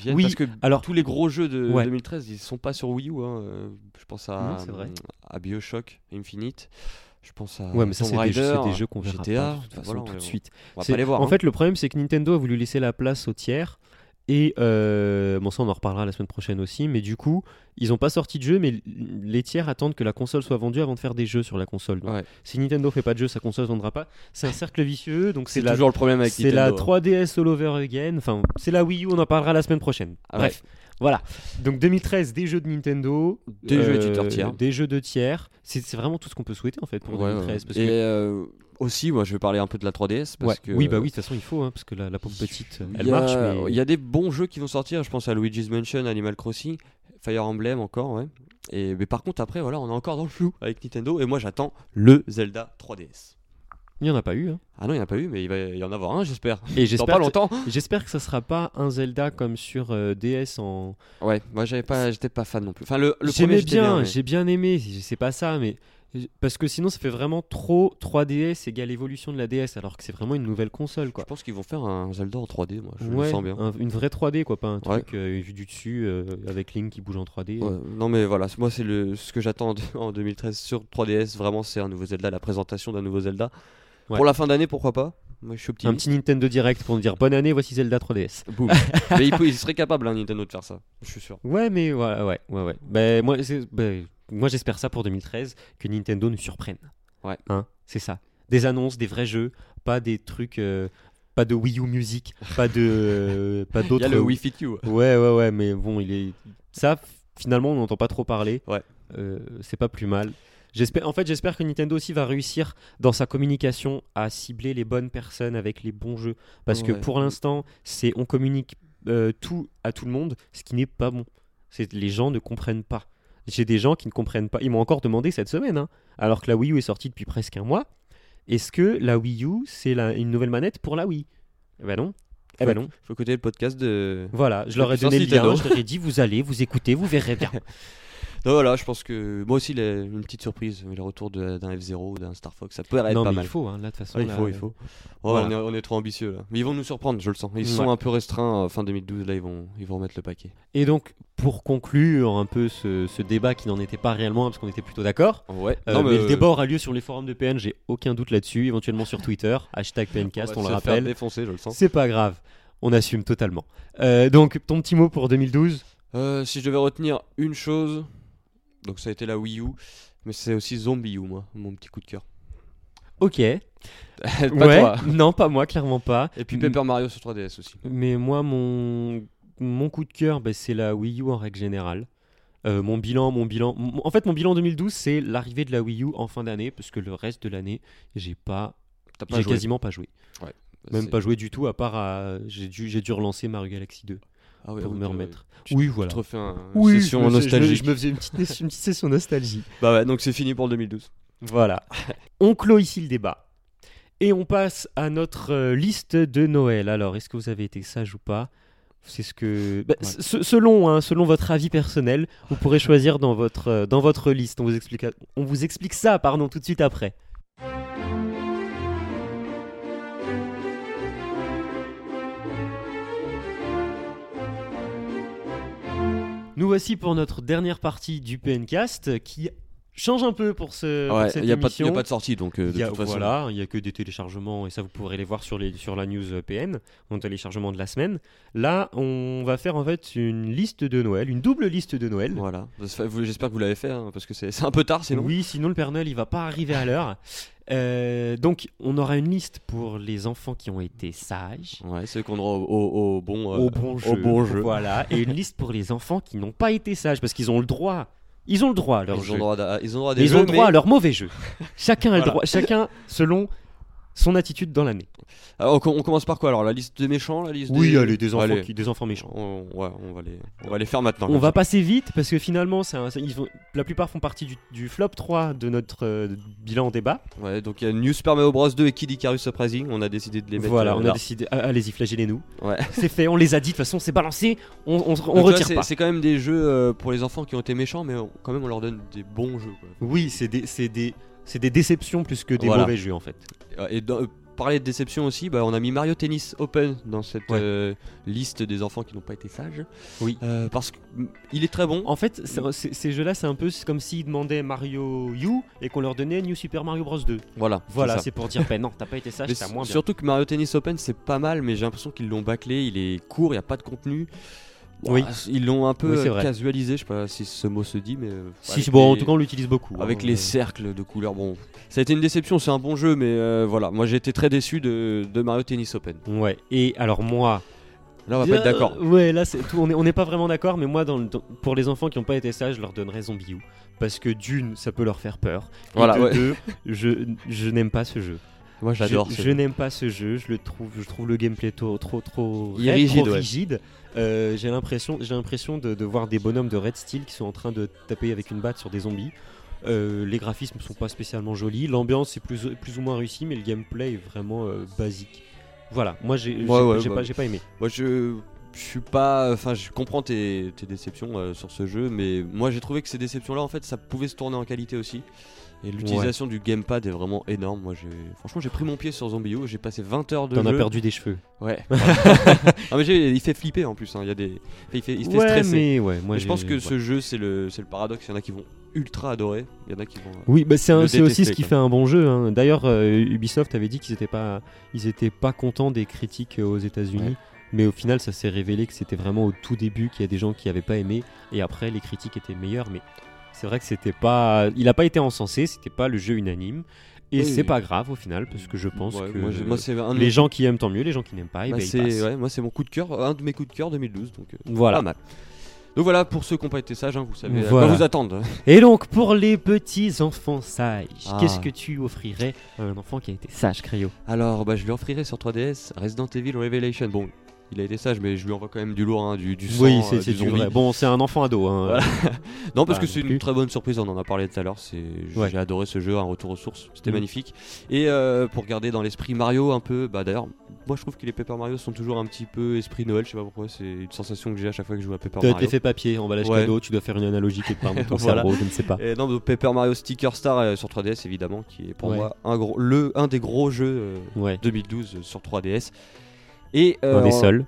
Speaker 2: viennent.
Speaker 1: Oui,
Speaker 2: parce que
Speaker 1: alors-
Speaker 2: tous les gros jeux de
Speaker 1: Ouais.
Speaker 2: 2013, ils sont pas sur Wii U. hein. Euh, Je pense à, euh,
Speaker 1: Non, c'est vrai.
Speaker 2: à Bioshock Infinite. Je pense à.
Speaker 1: Ouais, mais ça,
Speaker 2: Tomb
Speaker 1: c'est des,
Speaker 2: Rider,
Speaker 1: c'est des jeux qu'on verra
Speaker 2: GTA,
Speaker 1: pas, de toute façon
Speaker 2: voilà,
Speaker 1: tout
Speaker 2: on-
Speaker 1: de suite.
Speaker 2: On va
Speaker 1: C'est-
Speaker 2: pas les voir.
Speaker 1: En
Speaker 2: hein.
Speaker 1: fait, le problème, c'est que Nintendo a voulu laisser la place aux tiers. Et euh, bon, ça, on en reparlera la semaine prochaine aussi. Mais du coup, ils n'ont pas sorti de jeu, mais l- les tiers attendent que la console soit vendue avant de faire des jeux sur la console. Donc,
Speaker 2: Ouais.
Speaker 1: Si Nintendo fait pas de jeu, sa console ne vendra pas. C'est un cercle vicieux. Donc c'est
Speaker 2: c'est
Speaker 1: la,
Speaker 2: toujours le problème avec
Speaker 1: c'est la
Speaker 2: Nintendo.
Speaker 1: 3DS all over again. Enfin, c'est la Wii U. On en parlera la semaine prochaine.
Speaker 2: Ah ouais.
Speaker 1: Bref, voilà. Donc 2013, des jeux de Nintendo,
Speaker 2: hein. Des
Speaker 1: euh,
Speaker 2: jeux éditeurs tiers.
Speaker 1: des jeux de tiers. C'est c'est vraiment tout ce qu'on peut souhaiter en fait pour
Speaker 2: Ouais,
Speaker 1: 2013.
Speaker 2: ouais.
Speaker 1: parce
Speaker 2: Et
Speaker 1: que-
Speaker 2: euh, aussi, moi, je vais parler un peu de la 3DS. Parce
Speaker 1: Ouais.
Speaker 2: que,
Speaker 1: Oui, bah oui, de toute façon, il faut, hein, parce que la, la pauvre petite,
Speaker 2: Il
Speaker 1: elle
Speaker 2: y a-
Speaker 1: marche, mais
Speaker 2: Il y a des bons jeux qui vont sortir, je pense à Luigi's Mansion, Animal Crossing, Fire Emblem encore, ouais. Et, mais par contre, après, voilà, on est encore dans le flou avec Nintendo, et moi j'attends le Zelda 3DS.
Speaker 1: il n'y en a pas eu. hein.
Speaker 2: Ah non, il n'y en a pas eu, mais il va y en avoir un, j'espère.
Speaker 1: Et
Speaker 2: Dans
Speaker 1: j'espère
Speaker 2: pas
Speaker 1: que-
Speaker 2: longtemps.
Speaker 1: j'espère que ça sera pas un Zelda comme sur euh, DS en.
Speaker 2: Ouais, moi j'avais pas, j'étais pas fan non plus. Enfin, le, le premier,
Speaker 1: J'aimais
Speaker 2: j'étais
Speaker 1: bien,
Speaker 2: mais-
Speaker 1: j'ai bien aimé, c'est pas ça, mais. Parce que sinon, ça fait vraiment trop 3DS égale évolution de la DS, alors que c'est vraiment une nouvelle console,
Speaker 2: je
Speaker 1: quoi.
Speaker 2: pense qu'ils vont faire un Zelda en 3D, moi, je
Speaker 1: Ouais,
Speaker 2: le sens bien.
Speaker 1: un- une vraie 3D, quoi, pas un
Speaker 2: Ouais.
Speaker 1: truc euh, vu du dessus euh, avec Link qui bouge en 3D.
Speaker 2: Ouais, non mais voilà, moi c'est le ce que j'attends de- en 2013 sur 3DS, vraiment c'est un nouveau Zelda, la présentation d'un nouveau Zelda.
Speaker 1: Ouais.
Speaker 2: Pour la fin d'année, pourquoi pas Moi, je suis
Speaker 1: Un
Speaker 2: optimiste.
Speaker 1: petit Nintendo Direct pour nous dire bonne année, voici Zelda 3DS.
Speaker 2: Boum. mais il, peut- il serait capable, hein, Nintendo, de faire ça. Je suis sûr.
Speaker 1: Ouais, mais voilà, ouais, ouais, ouais. Ben, moi, c'est- ben, moi j'espère ça pour 2013, que Nintendo nous surprenne.
Speaker 2: Ouais.
Speaker 1: Hein, c'est ça. Des annonces, des vrais jeux, pas des trucs, euh, pas de Wii U Music, pas de, euh, pas
Speaker 2: Il y
Speaker 1: d'autres.
Speaker 2: a le Wii Fit You.
Speaker 1: Ouais, ouais, ouais, mais bon, il est. Ça, finalement, on n'entend pas trop parler.
Speaker 2: Ouais.
Speaker 1: Euh, c'est pas plus mal. J'espère, en fait, j'espère que Nintendo aussi va réussir dans sa communication à cibler les bonnes personnes avec les bons jeux. Parce que
Speaker 2: Ouais.
Speaker 1: pour l'instant, c'est on communique euh, tout à tout le monde, ce qui n'est pas bon. C'est les gens ne comprennent pas. J'ai des gens qui ne comprennent pas. Ils m'ont encore demandé cette semaine, hein, alors que la Wii U est sortie depuis presque un mois. Est-ce que la Wii U c'est la- une nouvelle manette pour la Wii Eh ben non. Eh ben non.
Speaker 2: Faut écouter le podcast de.
Speaker 1: Voilà, je leur ai
Speaker 2: puissance
Speaker 1: donné le lien,
Speaker 2: Nintendo.
Speaker 1: je leur ai dit vous allez, vous écoutez, vous verrez bien.
Speaker 2: Non, voilà, je pense que. Moi aussi, il y a une petite surprise. mais Le retour de- d'un F0 d'un Star Fox, ça peut être
Speaker 1: non
Speaker 2: pas
Speaker 1: mais
Speaker 2: mal.
Speaker 1: il faut, hein, là de toute façon.
Speaker 2: Ouais, il
Speaker 1: là,
Speaker 2: faut, il
Speaker 1: euh,
Speaker 2: faut. Ouais,
Speaker 1: voilà.
Speaker 2: on, est, on est trop ambitieux là. Mais ils vont nous surprendre, je le sens. Ils sont
Speaker 1: Ouais.
Speaker 2: un peu restreints euh, fin 2012, là ils vont, ils vont remettre le paquet.
Speaker 1: Et donc pour conclure un peu ce, ce débat qui n'en était pas réellement parce qu'on était plutôt d'accord.
Speaker 2: Ouais.
Speaker 1: euh, mais, le débat aura lieu sur les forums de PN, j'ai aucun doute là-dessus, éventuellement sur Twitter, hashtag PNcast, on, le rappelle.
Speaker 2: Défoncé, je le sens.
Speaker 1: C'est pas grave, on assume totalement. Euh, donc ton petit mot pour 2012
Speaker 2: Euh, si je devais retenir une chose, donc ça a été la Wii U, mais c'est aussi Zombie U, moi, mon petit coup de cœur.
Speaker 1: Ok.
Speaker 2: pas
Speaker 1: ouais.
Speaker 2: toi.
Speaker 1: Non, pas moi, clairement pas.
Speaker 2: Et puis
Speaker 1: Mm.
Speaker 2: Paper Mario sur 3DS aussi.
Speaker 1: Mais moi, mon, mon coup de cœur, bah, c'est la Wii U en règle générale. Euh, mon bilan, mon bilan. mon- En fait, mon bilan 2012, c'est l'arrivée de la Wii U en fin d'année, parce que le reste de l'année, j'ai pas,
Speaker 2: T'as pas
Speaker 1: j'ai
Speaker 2: joué.
Speaker 1: quasiment pas joué, même pas joué du tout, à part à, j'ai dû, j'ai dû relancer Mario Galaxy 2
Speaker 2: ah, ouais,
Speaker 1: pour
Speaker 2: ouais,
Speaker 1: me
Speaker 2: t'as-
Speaker 1: remettre.
Speaker 2: tu-
Speaker 1: oui,
Speaker 2: Tu
Speaker 1: voilà.
Speaker 2: te refais un- une
Speaker 1: Oui,
Speaker 2: session
Speaker 1: je me- je me-
Speaker 2: nostalgique.
Speaker 1: Je me faisais une petite, une petite session nostalgie.
Speaker 2: Bah ouais, donc c'est fini pour le 2012.
Speaker 1: Voilà. on clôt ici le débat. Et on passe à notre euh, liste de Noël. Alors, est-ce que vous avez été sage ou pas C'est ce que. bah,
Speaker 2: Ouais.
Speaker 1: se- selon, hein, selon votre avis personnel, vous pourrez choisir dans votre, euh, dans votre liste. On vous, explique, on vous explique ça pardon, tout de suite après. Nous voici pour notre dernière partie du PNcast qui change un peu pour, ce, Euh, pour
Speaker 2: ouais,
Speaker 1: cette
Speaker 2: il n'y a, pas de- y
Speaker 1: émission.
Speaker 2: a pas de sortie donc euh, de
Speaker 1: Il y a,
Speaker 2: toute façon.
Speaker 1: voilà, il y a que des téléchargements et ça vous pourrez les voir sur, les, sur la news euh, PN, mon téléchargement de la semaine. Là, on va faire en fait une liste de Noël, une double liste de Noël.
Speaker 2: Voilà. Enfin, vous- J'espère que vous l'avez fait hein, parce que c'est c'est un peu tard sinon.
Speaker 1: Oui, sinon le Père Noël il va pas arriver à l'heure. Euh, donc on aura une liste pour les enfants qui ont été sages.
Speaker 2: Ouais, c'est qu'on aura au, au- au bon, euh,
Speaker 1: au bon jeu.
Speaker 2: Au bon jeu.
Speaker 1: Voilà, et une liste pour les enfants qui n'ont pas été sages parce qu'ils ont le droit. Ils ont le droit à leur
Speaker 2: Ils
Speaker 1: jeu.
Speaker 2: ont droit à, ils ont droit à des
Speaker 1: Mais ils
Speaker 2: jeux,
Speaker 1: ont le droit
Speaker 2: mais-
Speaker 1: à leur mauvais jeu. Chacun a le
Speaker 2: Voilà.
Speaker 1: droit, chacun selon son attitude dans l'année.
Speaker 2: Ah, on, com- on commence par quoi alors La liste des méchants, la liste
Speaker 1: Oui,
Speaker 2: des...
Speaker 1: allez, des enfants,
Speaker 2: Allez.
Speaker 1: qui- des enfants méchants.
Speaker 2: On, ouais, on va les, on va les faire maintenant.
Speaker 1: On
Speaker 2: comme
Speaker 1: va
Speaker 2: ça.
Speaker 1: passer vite parce que finalement, c'est un- c'est- ils ont- la plupart font partie du, du flop 3 de notre euh, bilan en débat.
Speaker 2: Ouais, donc il y a New Super Mario Bros 2 et Kid Icarus Surprising. On a décidé de les mettre.
Speaker 1: voilà,
Speaker 2: euh,
Speaker 1: on a
Speaker 2: là.
Speaker 1: décidé. ah, Allez-y, flagellez-nous.
Speaker 2: Ouais.
Speaker 1: C'est fait, on les a dit. De toute façon, c'est balancé. On, on- on
Speaker 2: Donc, tu vois,
Speaker 1: retire
Speaker 2: c'est-
Speaker 1: pas.
Speaker 2: C'est quand même des jeux euh, pour les enfants qui ont été méchants, mais on- quand même on leur donne des bons jeux. quoi.
Speaker 1: Oui, c'est des, c'est des, c'est des déceptions plus que des
Speaker 2: Voilà.
Speaker 1: mauvais jeux en fait.
Speaker 2: Euh, Et dans- euh, parler de déception aussi, bah, on a mis Mario Tennis Open dans cette
Speaker 1: Ouais.
Speaker 2: euh, liste des enfants qui n'ont pas été sages.
Speaker 1: Oui.
Speaker 2: Euh, parce qu'il est très bon.
Speaker 1: En fait, c'est- c'est- ces jeux-là, c'est un peu comme s'ils demandaient Mario U et qu'on leur donnait New Super Mario Bros 2.
Speaker 2: Voilà.
Speaker 1: Voilà,
Speaker 2: ça.
Speaker 1: c'est pour dire, ben non, t'as pas été sage,
Speaker 2: Mais
Speaker 1: t'as moins bien.
Speaker 2: surtout que Mario Tennis Open c'est pas mal, mais j'ai l'impression qu'ils l'ont bâclé, il est court, il n'y a pas de contenu.
Speaker 1: Oui.
Speaker 2: Ouah, Ils l'ont un peu
Speaker 1: Oui, c'est
Speaker 2: euh,
Speaker 1: vrai.
Speaker 2: casualisé, je sais pas si ce mot se dit, mais. euh,
Speaker 1: Si,
Speaker 2: avec
Speaker 1: bon, en
Speaker 2: les-
Speaker 1: tout cas, on l'utilise beaucoup.
Speaker 2: Avec
Speaker 1: hein,
Speaker 2: les
Speaker 1: euh.
Speaker 2: cercles de couleurs, bon. Ça a été une déception, c'est un bon jeu, mais euh, voilà. Moi j'ai été très déçu de, de Mario Tennis Open.
Speaker 1: Ouais, et alors moi,
Speaker 2: Là on va pas être
Speaker 1: Euh,
Speaker 2: d'accord.
Speaker 1: ouais, là, c'est tout. On n'est on n'est pas vraiment d'accord, mais moi, dans le- dans- pour les enfants qui n'ont pas été sages, je leur donnerais Zombie U. Parce que d'une, ça peut leur faire peur. Et
Speaker 2: Voilà,
Speaker 1: de
Speaker 2: ouais.
Speaker 1: deux, je, je n'aime pas ce jeu.
Speaker 2: Moi j'adore
Speaker 1: Je,
Speaker 2: ce
Speaker 1: je
Speaker 2: jeu.
Speaker 1: n'aime pas ce jeu. Je le trouve, je trouve le gameplay trop, trop, trop
Speaker 2: Il est
Speaker 1: raide,
Speaker 2: rigide,
Speaker 1: trop
Speaker 2: ouais.
Speaker 1: rigide. Euh, j'ai l'impression, j'ai l'impression de, de voir des bonhommes de Red Steel qui sont en train de taper avec une batte sur des zombies. Euh, les graphismes sont pas spécialement jolis. L'ambiance est plus, plus ou moins réussie, mais le gameplay est vraiment euh, basique. Voilà, moi j'ai, j'ai-
Speaker 2: Ouais, ouais,
Speaker 1: j'ai
Speaker 2: bah.
Speaker 1: pas, j'ai pas aimé.
Speaker 2: Moi je. je suis pas. Enfin, je comprends tes, tes déceptions euh, sur ce jeu, mais moi j'ai trouvé que ces déceptions-là, en fait, ça pouvait se tourner en qualité aussi. Et l'utilisation du gamepad est vraiment énorme. Moi, j'ai franchement, j'ai pris mon pied sur Zombie U. J'ai passé 20 heures de
Speaker 1: T'en as
Speaker 2: jeu.
Speaker 1: perdu des cheveux.
Speaker 2: Ouais. ah, mais j'ai- il fait flipper en plus. hein. Il y a des, enfin, il fait, il fait
Speaker 1: ouais,
Speaker 2: stresser.
Speaker 1: mais ouais, moi
Speaker 2: Mais je pense
Speaker 1: j'ai-
Speaker 2: que
Speaker 1: ouais.
Speaker 2: ce jeu, c'est le, c'est le paradoxe. Il y en a qui vont ultra adorer. Il y en a qui vont. euh,
Speaker 1: Oui, bah c'est un-
Speaker 2: le
Speaker 1: c'est aussi
Speaker 2: détester,
Speaker 1: ce qui
Speaker 2: quoi.
Speaker 1: fait un bon jeu. hein. D'ailleurs, euh, Ubisoft avait dit qu'ils étaient pas, ils étaient pas contents des critiques euh, aux États-Unis.
Speaker 2: Ouais.
Speaker 1: Mais au final, ça s'est révélé que c'était vraiment au tout début qu'il y a des gens qui n'avaient pas aimé. Et après, les critiques étaient meilleures. Mais c'est vrai que c'était pas. Il n'a pas été encensé, c'était pas le jeu unanime. Et
Speaker 2: Oui,
Speaker 1: c'est
Speaker 2: oui.
Speaker 1: pas grave au final, parce que je pense
Speaker 2: Ouais,
Speaker 1: que
Speaker 2: moi, j'ai- moi, c'est un de
Speaker 1: les
Speaker 2: mes-
Speaker 1: gens qui aiment tant mieux, les gens qui n'aiment pas, eh
Speaker 2: bah,
Speaker 1: ben, ils
Speaker 2: c'est,
Speaker 1: passent.
Speaker 2: ouais, moi, c'est mon coup de cœur, un de mes coups de cœur 2012. Donc, euh,
Speaker 1: Voilà.
Speaker 2: pas mal. Donc voilà, pour ceux qui n'ont pas été sages, hein, vous savez à
Speaker 1: Voilà.
Speaker 2: quoi vous attendre.
Speaker 1: Et donc, pour les petits enfants sages,
Speaker 2: Ah.
Speaker 1: qu'est-ce que tu offrirais à un enfant qui a été sage, Cryo
Speaker 2: Alors, bah, je lui offrirai sur 3DS Resident Evil Revelation. Bon, il a été sage, mais je lui envoie quand même du lourd, hein, du, du sang,
Speaker 1: Oui,
Speaker 2: euh,
Speaker 1: c'est c'est
Speaker 2: du
Speaker 1: du
Speaker 2: zombie.
Speaker 1: vrai. Bon, c'est un enfant ado. Hein.
Speaker 2: Voilà. Non, parce
Speaker 1: Bah,
Speaker 2: que
Speaker 1: non
Speaker 2: c'est
Speaker 1: plus.
Speaker 2: une très bonne surprise, on en a parlé tout à l'heure. c'est- J'ai
Speaker 1: Ouais.
Speaker 2: adoré ce jeu, un retour aux sources, c'était
Speaker 1: Mm.
Speaker 2: magnifique. Et euh, pour garder dans l'esprit Mario un peu, bah d'ailleurs, moi je trouve que les Paper Mario sont toujours un petit peu esprit Noël, je sais pas pourquoi, c'est une sensation que j'ai à chaque fois que je joue à Paper
Speaker 1: T'as
Speaker 2: Mario.
Speaker 1: t'es fait papier, emballage
Speaker 2: Ouais.
Speaker 1: cadeau, tu dois faire une analogie quelque part dans ton
Speaker 2: Voilà.
Speaker 1: cerveau, je ne sais pas.
Speaker 2: Et non, donc Paper Mario Sticker Star euh, sur 3DS évidemment, qui est pour
Speaker 1: Ouais.
Speaker 2: moi un, gros, le, un des gros jeux euh,
Speaker 1: Ouais.
Speaker 2: 2012 euh, sur 3DS. Et
Speaker 1: Un
Speaker 2: euh,
Speaker 1: des
Speaker 2: en-
Speaker 1: seuls.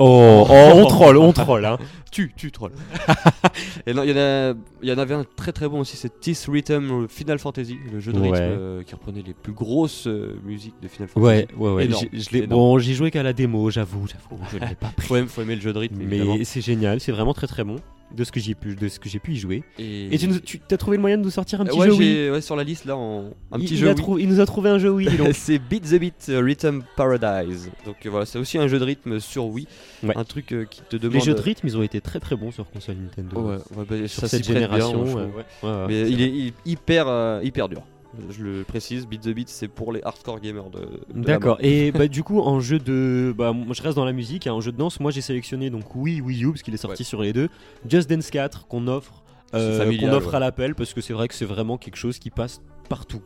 Speaker 1: Oh, oh, on troll, on troll. Hein.
Speaker 2: Tu, tu troll. Et non, il y, en a- il y en avait un très très bon aussi, c'est Tis Rhythm euh, Final Fantasy, le jeu de rythme
Speaker 1: Ouais.
Speaker 2: euh, qui reprenait les plus grosses euh, musiques de Final Fantasy.
Speaker 1: Ouais, ouais, ouais.
Speaker 2: Énorme,
Speaker 1: j'ai- je l'ai-
Speaker 2: énorme.
Speaker 1: bon, j'y jouais qu'à la démo, j'avoue, j'avoue. Je l'ai pas pris.
Speaker 2: Faut aimer, faut aimer le jeu de rythme, évidemment.
Speaker 1: Mais c'est génial, c'est vraiment très très bon de ce que j'ai pu, de ce que j'ai pu y jouer.
Speaker 2: Et,
Speaker 1: Et tu, nous- tu as trouvé le moyen de nous sortir un petit
Speaker 2: ouais,
Speaker 1: jeu oui.
Speaker 2: j'ai- ouais, sur la liste là, en- un
Speaker 1: il,
Speaker 2: petit
Speaker 1: il
Speaker 2: jeu.
Speaker 1: a
Speaker 2: oui.
Speaker 1: trou- il nous a trouvé un jeu oui. dis donc.
Speaker 2: c'est Beat the Beat euh, Rhythm Paradise. Donc euh, voilà, c'est aussi un jeu de rythme sur Wii.
Speaker 1: Ouais.
Speaker 2: Un truc euh, qui te demande.
Speaker 1: Les jeux de rythme, ils ont été très très bons sur console Nintendo. hein.
Speaker 2: Ouais, ouais, bah,
Speaker 1: Sur
Speaker 2: ça s'y
Speaker 1: cette
Speaker 2: prête bien,
Speaker 1: génération,
Speaker 2: moi, je
Speaker 1: ouais.
Speaker 2: trouve.
Speaker 1: Ouais, ouais.
Speaker 2: Mais il est, il est hyper, euh, hyper dur. Je le précise, Beat the Beat, c'est pour les hardcore gamers de. de la
Speaker 1: D'accord. Et bah du coup en jeu de, bah moi, je reste dans la musique. hein, en jeu de danse, moi j'ai sélectionné donc oui Wii U parce qu'il est sorti sur les deux. Just Dance 4 qu'on offre, euh,
Speaker 2: C'est familial,
Speaker 1: qu'on offre
Speaker 2: ouais.
Speaker 1: à l'appel parce que c'est vrai que c'est vraiment quelque chose qui passe partout.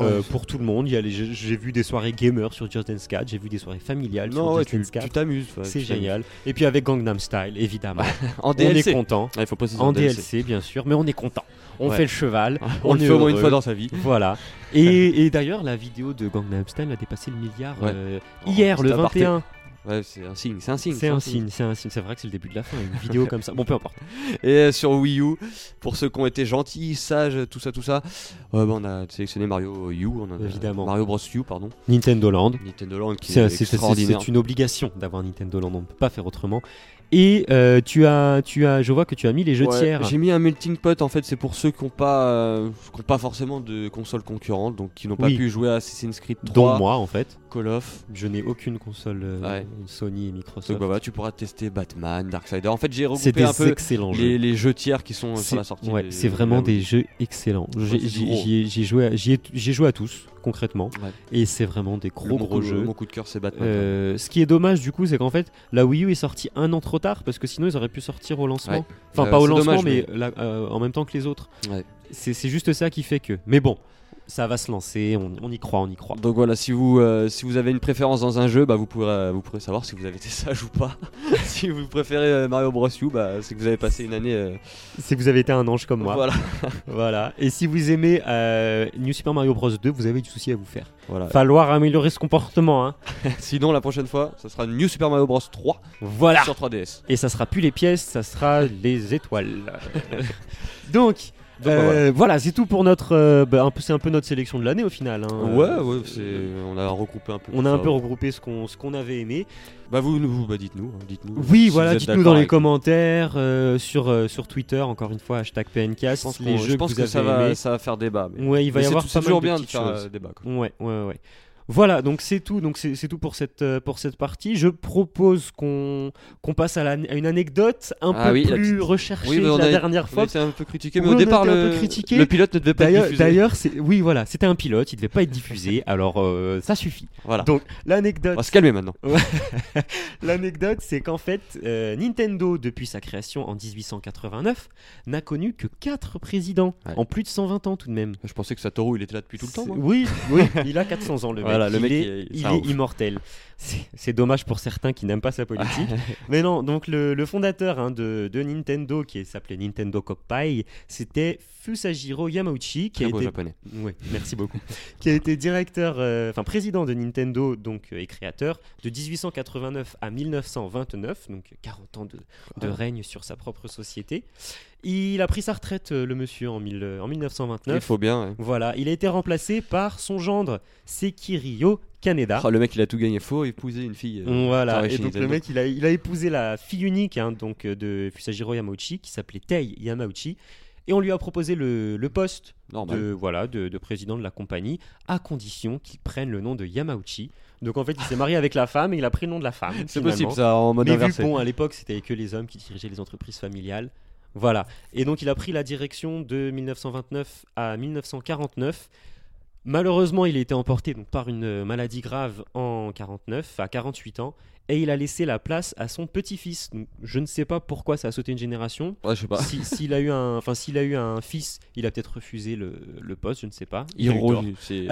Speaker 1: euh, pour tout le monde, Il y a les- j'ai j'ai vu des soirées gamers sur Just Dance 4, j'ai vu des soirées familiales
Speaker 2: Non,
Speaker 1: sur
Speaker 2: ouais,
Speaker 1: Just
Speaker 2: tu
Speaker 1: Dance 4.
Speaker 2: tu t'amuses. ouais,
Speaker 1: c'est
Speaker 2: tu t'amuses.
Speaker 1: génial. Et puis avec Gangnam Style, évidemment.
Speaker 2: En
Speaker 1: on est
Speaker 2: DLC.
Speaker 1: content.
Speaker 2: Ah, il faut préciser.
Speaker 1: En DLC, bien sûr, mais on est content. On
Speaker 2: Ouais.
Speaker 1: fait le cheval.
Speaker 2: On,
Speaker 1: on
Speaker 2: le
Speaker 1: est
Speaker 2: fait au moins une
Speaker 1: heureux.
Speaker 2: fois dans sa vie.
Speaker 1: Voilà. Et, et d'ailleurs, la vidéo de Gangnam Style a dépassé le milliard
Speaker 2: Ouais.
Speaker 1: euh, hier,
Speaker 2: Oh,
Speaker 1: le
Speaker 2: c'est aparté.
Speaker 1: 21.
Speaker 2: Ouais, c'est un signe. C'est un signe.
Speaker 1: C'est un signe, c'est un signe. C'est vrai que c'est le début de la fin. Une vidéo comme ça. Bon, peu importe.
Speaker 2: Et euh, sur Wii U, pour ceux qui ont été gentils, sages, tout ça, tout ça, euh, bah, on a sélectionné Mario U, on en a-
Speaker 1: Évidemment.
Speaker 2: Mario Bros U, pardon,
Speaker 1: Nintendo Land.
Speaker 2: Nintendo Land qui est,
Speaker 1: C'est un- c'est- c'est-
Speaker 2: extraordinaire.
Speaker 1: c'est une obligation d'avoir Nintendo Land. On ne peut pas faire autrement. Et euh, tu as, tu as, je vois que tu as mis les jeux
Speaker 2: Ouais,
Speaker 1: tiers.
Speaker 2: J'ai mis un melting pot en fait, c'est pour ceux qui n'ont pas, euh, qui ont pas forcément de console concurrente, donc qui n'ont pas
Speaker 1: Oui.
Speaker 2: pu jouer à Assassin's Creed 3,
Speaker 1: Dont moi, en fait.
Speaker 2: Call of.
Speaker 1: Je n'ai aucune console euh,
Speaker 2: Ouais.
Speaker 1: Sony et
Speaker 2: Donc
Speaker 1: Microsoft.
Speaker 2: bah, voilà, tu pourras tester Batman, Darksider. En fait, j'ai
Speaker 1: c'est
Speaker 2: regroupé
Speaker 1: des
Speaker 2: un peu
Speaker 1: excellents jeux.
Speaker 2: les, les jeux tiers qui sont euh,
Speaker 1: C'est-
Speaker 2: sur la sortie.
Speaker 1: ouais,
Speaker 2: des-
Speaker 1: c'est
Speaker 2: de la
Speaker 1: vraiment
Speaker 2: Wii.
Speaker 1: des jeux excellents. J'ai
Speaker 2: c'est du
Speaker 1: j'y-
Speaker 2: gros.
Speaker 1: j'y ai- j'y ai joué, à- j'y ai- j'y ai joué à tous concrètement,
Speaker 2: Ouais.
Speaker 1: et c'est vraiment des
Speaker 2: Mon
Speaker 1: gros
Speaker 2: coup-
Speaker 1: gros jeux.
Speaker 2: Mon coup de cœur, c'est Batman.
Speaker 1: Euh, ce qui est dommage du coup, c'est qu'en fait, la Wii U est sortie un an trop tard parce que sinon ils auraient pu sortir au lancement.
Speaker 2: Ouais.
Speaker 1: Enfin,
Speaker 2: Euh,
Speaker 1: pas au
Speaker 2: c'est
Speaker 1: lancement,
Speaker 2: dommage,
Speaker 1: mais, la- euh, en même temps que les autres.
Speaker 2: Ouais.
Speaker 1: C'est c'est juste ça qui fait que. Mais bon, ça va se lancer. On, on y croit, on y croit.
Speaker 2: Donc voilà, si vous, euh, si vous avez une préférence dans un jeu, bah vous, pourrez, euh, vous pourrez savoir si vous avez été sage ou pas. si vous préférez euh, Mario Bros. U, bah, c'est que vous avez passé une année. euh,
Speaker 1: C'est que vous avez été un ange comme moi.
Speaker 2: Voilà.
Speaker 1: Voilà. Et si vous aimez euh, New Super Mario Bros 2, vous avez du souci à vous faire.
Speaker 2: voilà.
Speaker 1: Falloir améliorer ce comportement. hein.
Speaker 2: Sinon, la prochaine fois, ça sera New Super Mario Bros. 3
Speaker 1: Voilà.
Speaker 2: sur 3DS.
Speaker 1: Et ça sera plus les pièces, ça sera les étoiles. Donc,
Speaker 2: Donc, bah,
Speaker 1: euh,
Speaker 2: voilà.
Speaker 1: voilà, c'est tout pour notre. euh, bah, un peu- c'est un peu notre sélection de l'année au final. hein.
Speaker 2: Ouais, ouais, c'est- on a regroupé un peu.
Speaker 1: On
Speaker 2: tout
Speaker 1: a un
Speaker 2: ça.
Speaker 1: peu regroupé ce qu'on ce qu'on avait aimé.
Speaker 2: Bah, vous, vous bah, dites-nous. hein, dites-nous
Speaker 1: Oui,
Speaker 2: si vous
Speaker 1: voilà,
Speaker 2: êtes
Speaker 1: dites-nous
Speaker 2: d'accord
Speaker 1: dans les
Speaker 2: avec-
Speaker 1: commentaires, euh, sur, euh, sur Twitter, encore une fois, hashtag
Speaker 2: Je
Speaker 1: PNCast,
Speaker 2: pense,
Speaker 1: les
Speaker 2: qu'on-
Speaker 1: jeux
Speaker 2: je pense
Speaker 1: que
Speaker 2: que,
Speaker 1: vous avez
Speaker 2: ça, va,
Speaker 1: aimés.
Speaker 2: ça va faire débat. Mais...
Speaker 1: Ouais, il va
Speaker 2: Mais
Speaker 1: y
Speaker 2: c'est
Speaker 1: avoir
Speaker 2: tout-
Speaker 1: pas
Speaker 2: c'est
Speaker 1: mal
Speaker 2: toujours
Speaker 1: de
Speaker 2: bien de
Speaker 1: petites
Speaker 2: faire
Speaker 1: choses.
Speaker 2: euh, débat. quoi.
Speaker 1: Ouais, ouais, ouais. Voilà, donc c'est tout. Donc c'est c'est tout pour cette euh, pour cette partie. Je propose qu'on qu'on passe à, la- à une anecdote un
Speaker 2: Ah
Speaker 1: peu
Speaker 2: oui, la
Speaker 1: plus
Speaker 2: petite-
Speaker 1: recherchée
Speaker 2: Oui, mais
Speaker 1: que
Speaker 2: on
Speaker 1: la
Speaker 2: a-
Speaker 1: dernière
Speaker 2: On
Speaker 1: fois.
Speaker 2: était un peu critiqué, mais
Speaker 1: Oui,
Speaker 2: au
Speaker 1: on
Speaker 2: départ,
Speaker 1: était un peu
Speaker 2: le...
Speaker 1: critiqué.
Speaker 2: le pilote ne devait pas être
Speaker 1: D'ailleurs,
Speaker 2: diffusé.
Speaker 1: d'ailleurs, c'est oui, voilà, c'était un pilote, il devait pas être diffusé. Alors euh, ça suffit.
Speaker 2: Voilà.
Speaker 1: Donc
Speaker 2: On
Speaker 1: l'anecdote,
Speaker 2: va se calmer maintenant.
Speaker 1: l'anecdote, c'est qu'en fait, euh, Nintendo depuis sa création en 1889 n'a connu que quatre présidents
Speaker 2: Ouais.
Speaker 1: en plus de 120 ans tout de même.
Speaker 2: Je pensais que Satoru, il était là depuis tout le temps.
Speaker 1: C'est-
Speaker 2: moi.
Speaker 1: Oui, oui, il a 400 ans le mec.
Speaker 2: Voilà, le
Speaker 1: il
Speaker 2: mec,
Speaker 1: est,
Speaker 2: il-
Speaker 1: il
Speaker 2: c'est un
Speaker 1: est
Speaker 2: ouf.
Speaker 1: immortel. C'est c'est dommage pour certains qui n'aiment pas sa politique. Mais non, donc le, le fondateur hein, de, de Nintendo, qui s'appelait Nintendo Kokpai, c'était Fusajiro Yamauchi, qui
Speaker 2: Très
Speaker 1: a
Speaker 2: beau
Speaker 1: été
Speaker 2: japonais.
Speaker 1: oui, merci beaucoup. qui a été directeur, euh, enfin président de Nintendo donc euh, et créateur de 1889 à 1929, donc 40 ans de, de
Speaker 2: Ouais.
Speaker 1: règne sur sa propre société. Il a pris sa retraite, euh, le monsieur, en, mille- euh, en
Speaker 2: Il
Speaker 1: 1929.
Speaker 2: faut bien. hein. ouais.
Speaker 1: Voilà, il a été remplacé par son gendre Sekiryo Kaneda.
Speaker 2: Oh, le mec, il a tout gagné. Faut épouser une fille. euh,
Speaker 1: Voilà,
Speaker 2: travaille
Speaker 1: et
Speaker 2: chez
Speaker 1: donc le
Speaker 2: Nintendo.
Speaker 1: mec, il a, il a épousé la fille unique hein, donc, euh, de Fusajiro Yamauchi, qui s'appelait Tei Yamauchi, et on lui a proposé le, le poste
Speaker 2: Normal.
Speaker 1: Mm. de, voilà, de, de président de la compagnie, à condition qu'il prenne le nom de Yamauchi. Donc en fait, il s'est marié avec la femme et il a pris le nom de la femme.
Speaker 2: C'est
Speaker 1: finalement.
Speaker 2: possible, ça, en mode
Speaker 1: Mais vu
Speaker 2: inversé.
Speaker 1: que, bon, à l'époque, c'était que les hommes qui dirigeaient les entreprises familiales. Voilà. Et donc, il a pris la direction de 1929 à 1949. Malheureusement, il a été emporté donc, par une euh, maladie grave en 49, à 48 ans, et il a laissé la place à son petit-fils. Donc, Je ne sais pas pourquoi ça a sauté une génération.
Speaker 2: Ouais, je sais pas.
Speaker 1: Si- S'il a eu un, enfin s'il a eu un fils, il a peut-être refusé le, le poste, je ne sais pas. Il a eu tort.
Speaker 2: Hiroshi, c'est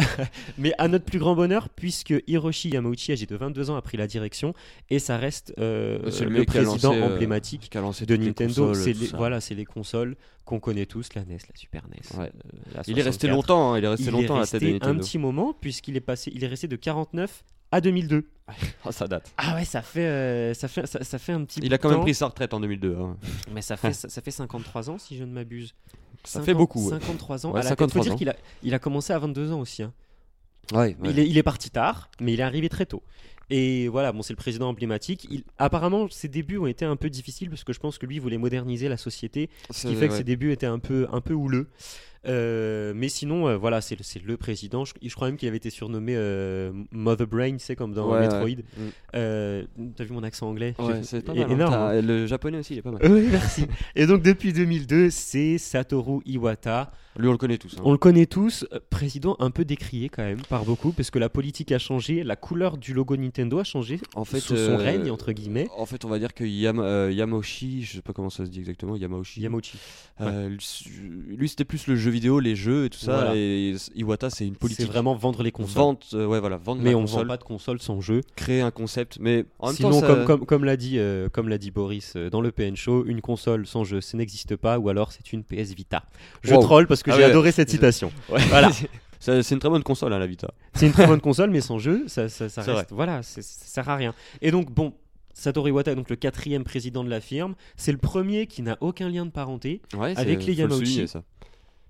Speaker 1: Mais à notre plus grand bonheur, puisque Hiroshi Yamauchi, âgé de 22 ans, a pris la direction et ça reste euh,
Speaker 2: c'est
Speaker 1: le,
Speaker 2: le mec qui a
Speaker 1: président
Speaker 2: lancé, euh,
Speaker 1: emblématique
Speaker 2: qui a lancé
Speaker 1: de
Speaker 2: toutes les
Speaker 1: Nintendo.
Speaker 2: consoles,
Speaker 1: C'est
Speaker 2: tout
Speaker 1: les,
Speaker 2: ça.
Speaker 1: voilà, c'est les consoles qu'on connaît tous, la NES, la Super NES.
Speaker 2: Ouais.
Speaker 1: euh, la
Speaker 2: Il est resté
Speaker 1: 64.
Speaker 2: longtemps, hein, il est resté
Speaker 1: Il
Speaker 2: longtemps
Speaker 1: est
Speaker 2: à la tête de
Speaker 1: resté un
Speaker 2: Nintendo.
Speaker 1: petit moment puisqu'il est passé, il est resté de 49 à 2002.
Speaker 2: Ah, ça date.
Speaker 1: Ah ouais, ça fait, euh, ça fait, ça, ça fait un petit.
Speaker 2: Il a
Speaker 1: bout de
Speaker 2: quand même
Speaker 1: temps.
Speaker 2: pris sa retraite en 2002. hein.
Speaker 1: Mais ça fait, ça, ça fait 53 ans si je ne m'abuse.
Speaker 2: Ça
Speaker 1: 50
Speaker 2: fait beaucoup. ouais.
Speaker 1: 53 ans.
Speaker 2: Ouais,
Speaker 1: à la
Speaker 2: 53
Speaker 1: tête. faut
Speaker 2: ans.
Speaker 1: dire qu'il a, il a commencé à 22 ans aussi. hein.
Speaker 2: Ouais, ouais.
Speaker 1: Il, est, il est parti tard, mais il est arrivé très tôt. Et voilà, bon, c'est le président emblématique. Il, apparemment, ses débuts ont été un peu difficiles parce que je pense que lui voulait moderniser la société, ce qui fait que
Speaker 2: ouais.
Speaker 1: ses débuts étaient un peu, un peu houleux. Euh, mais sinon, euh, voilà, c'est le, c'est le président. Je, je crois même qu'il avait été surnommé euh, Mother Brain, c'est comme dans
Speaker 2: Ouais,
Speaker 1: Metroid.
Speaker 2: ouais. Mm.
Speaker 1: Euh, T'as vu mon accent anglais
Speaker 2: Ouais,
Speaker 1: J'ai-
Speaker 2: c'est pas
Speaker 1: é-
Speaker 2: mal. hein.
Speaker 1: énorme, Euh,
Speaker 2: T'as- Le japonais aussi, il est pas mal.
Speaker 1: Oui, merci. Et donc depuis 2002, c'est Satoru Iwata.
Speaker 2: Lui, on le connaît tous. hein.
Speaker 1: On le connaît tous, euh, président un peu décrié quand même par beaucoup, parce que la politique a changé, la couleur du logo Nintendo a changé
Speaker 2: En fait,
Speaker 1: sous son
Speaker 2: euh,
Speaker 1: règne, entre guillemets.
Speaker 2: En fait, on va dire que Yam- euh, Yamoshi, je sais pas comment ça se dit exactement, Yamoshi.
Speaker 1: Yamauchi.
Speaker 2: euh, lui, lui, c'était plus le jeu vidéo, les jeux et tout ça.
Speaker 1: Voilà.
Speaker 2: Et Iwata, c'est une politique.
Speaker 1: C'est vraiment vendre les consoles.
Speaker 2: Vente, euh, ouais, voilà, vendre
Speaker 1: mais
Speaker 2: la
Speaker 1: on
Speaker 2: console,
Speaker 1: vend pas de console sans jeu.
Speaker 2: créer un concept. Mais en même
Speaker 1: Sinon,
Speaker 2: temps, ça-
Speaker 1: comme, comme, comme l'a dit, euh, comme l'a dit Boris euh, dans le PN Show, une console sans jeu, ça n'existe pas, ou alors c'est une PS Vita. Je
Speaker 2: Wow.
Speaker 1: troll parce que
Speaker 2: Ah
Speaker 1: j'ai
Speaker 2: ouais.
Speaker 1: adoré cette
Speaker 2: Je-
Speaker 1: citation.
Speaker 2: Ouais.
Speaker 1: Voilà.
Speaker 2: Ça- c'est une très bonne console, hein, la Vita.
Speaker 1: C'est une très bonne console, mais sans jeu, ça, ça, ça
Speaker 2: C'est
Speaker 1: reste. Voilà, c'est- ça sert à rien. Et donc, bon, Satoru Iwata, est donc le quatrième président de la firme, c'est le premier qui n'a aucun lien de parenté.
Speaker 2: Ouais, c'est-
Speaker 1: Avec les
Speaker 2: faut le
Speaker 1: Yamauchi.
Speaker 2: souligner, ça.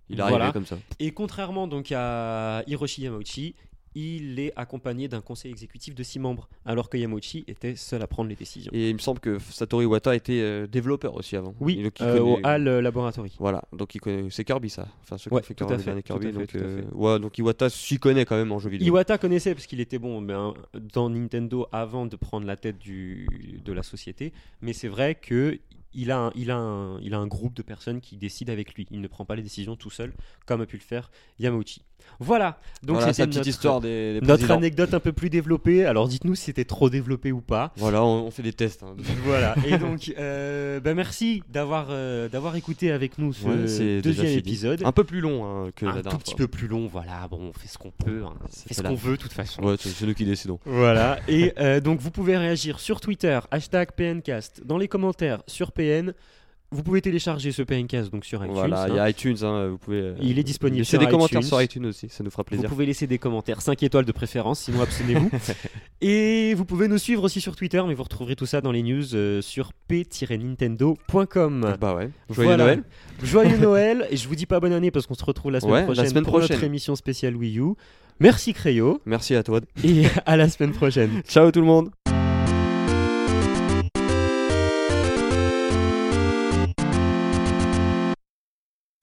Speaker 2: Il est arrivé
Speaker 1: Voilà.
Speaker 2: comme ça.
Speaker 1: Et contrairement donc à Hiroshi Yamauchi, il est accompagné d'un conseil exécutif de six membres, alors que Yamauchi était seul à prendre les décisions.
Speaker 2: Et il me semble que Satoru Iwata était euh, développeur aussi avant.
Speaker 1: Oui,
Speaker 2: Donc, il
Speaker 1: euh, au
Speaker 2: connaît-
Speaker 1: HAL Laboratory.
Speaker 2: Voilà, donc il connaît. C'est Kirby ça. Enfin, ceux qui
Speaker 1: Ouais,
Speaker 2: ont fait
Speaker 1: tout à
Speaker 2: Kirby, le
Speaker 1: fait,
Speaker 2: dernier
Speaker 1: tout à
Speaker 2: Kirby.
Speaker 1: fait,
Speaker 2: Donc,
Speaker 1: tout à
Speaker 2: euh,
Speaker 1: fait.
Speaker 2: ouais, donc Iwata s'y connaît quand même en jeu vidéo.
Speaker 1: Iwata connaissait parce qu'il était bon ben, dans Nintendo avant de prendre la tête du, de la société, mais c'est vrai que il a, un, il, a un, il a un groupe de personnes qui décident avec lui. Il ne prend pas les décisions tout seul, comme a pu le faire Yamauchi. Voilà, donc
Speaker 2: voilà,
Speaker 1: c'était
Speaker 2: sa petite
Speaker 1: notre-
Speaker 2: histoire des, des
Speaker 1: notre
Speaker 2: présidents.
Speaker 1: anecdote un peu plus développée. Alors dites-nous si c'était trop développé ou pas.
Speaker 2: Voilà, on, on fait des tests. hein.
Speaker 1: Voilà, et donc, euh, bah, merci d'avoir euh, d'avoir écouté avec nous ce
Speaker 2: Ouais, c'est déjà
Speaker 1: deuxième
Speaker 2: fini.
Speaker 1: épisode.
Speaker 2: Un peu plus long hein, que
Speaker 1: Un
Speaker 2: la
Speaker 1: tout
Speaker 2: dernière
Speaker 1: petit
Speaker 2: fois.
Speaker 1: peu plus long, voilà, bon, on fait ce qu'on peut, hein. on
Speaker 2: C'est
Speaker 1: fait ce
Speaker 2: la-
Speaker 1: qu'on veut de toute façon.
Speaker 2: Ouais, c'est c'est nous qui décidons.
Speaker 1: Voilà, et euh, donc vous pouvez réagir sur Twitter, hashtag PNcast, dans les commentaires sur PN. Vous pouvez télécharger ce PNcast donc sur iTunes.
Speaker 2: voilà, il y
Speaker 1: hein.
Speaker 2: a iTunes, hein, vous pouvez. euh,
Speaker 1: Il est disponible
Speaker 2: laisser
Speaker 1: sur
Speaker 2: des commentaires
Speaker 1: iTunes.
Speaker 2: sur iTunes aussi, ça nous fera
Speaker 1: Vous
Speaker 2: plaisir.
Speaker 1: pouvez laisser des commentaires, 5 étoiles de préférence, sinon abstenez-vous. et vous pouvez nous suivre aussi sur Twitter, mais vous retrouverez tout ça dans les news euh, sur p-nintendo.com.
Speaker 2: Bah ouais. Joyeux
Speaker 1: Voilà.
Speaker 2: Noël.
Speaker 1: Joyeux Noël et je vous dis pas bonne année parce qu'on se retrouve la semaine
Speaker 2: Ouais, la
Speaker 1: prochaine
Speaker 2: semaine
Speaker 1: pour
Speaker 2: prochaine.
Speaker 1: notre émission spéciale Wii U. Merci Créo
Speaker 2: Merci à toi.
Speaker 1: et à la semaine prochaine.
Speaker 2: Ciao tout le monde.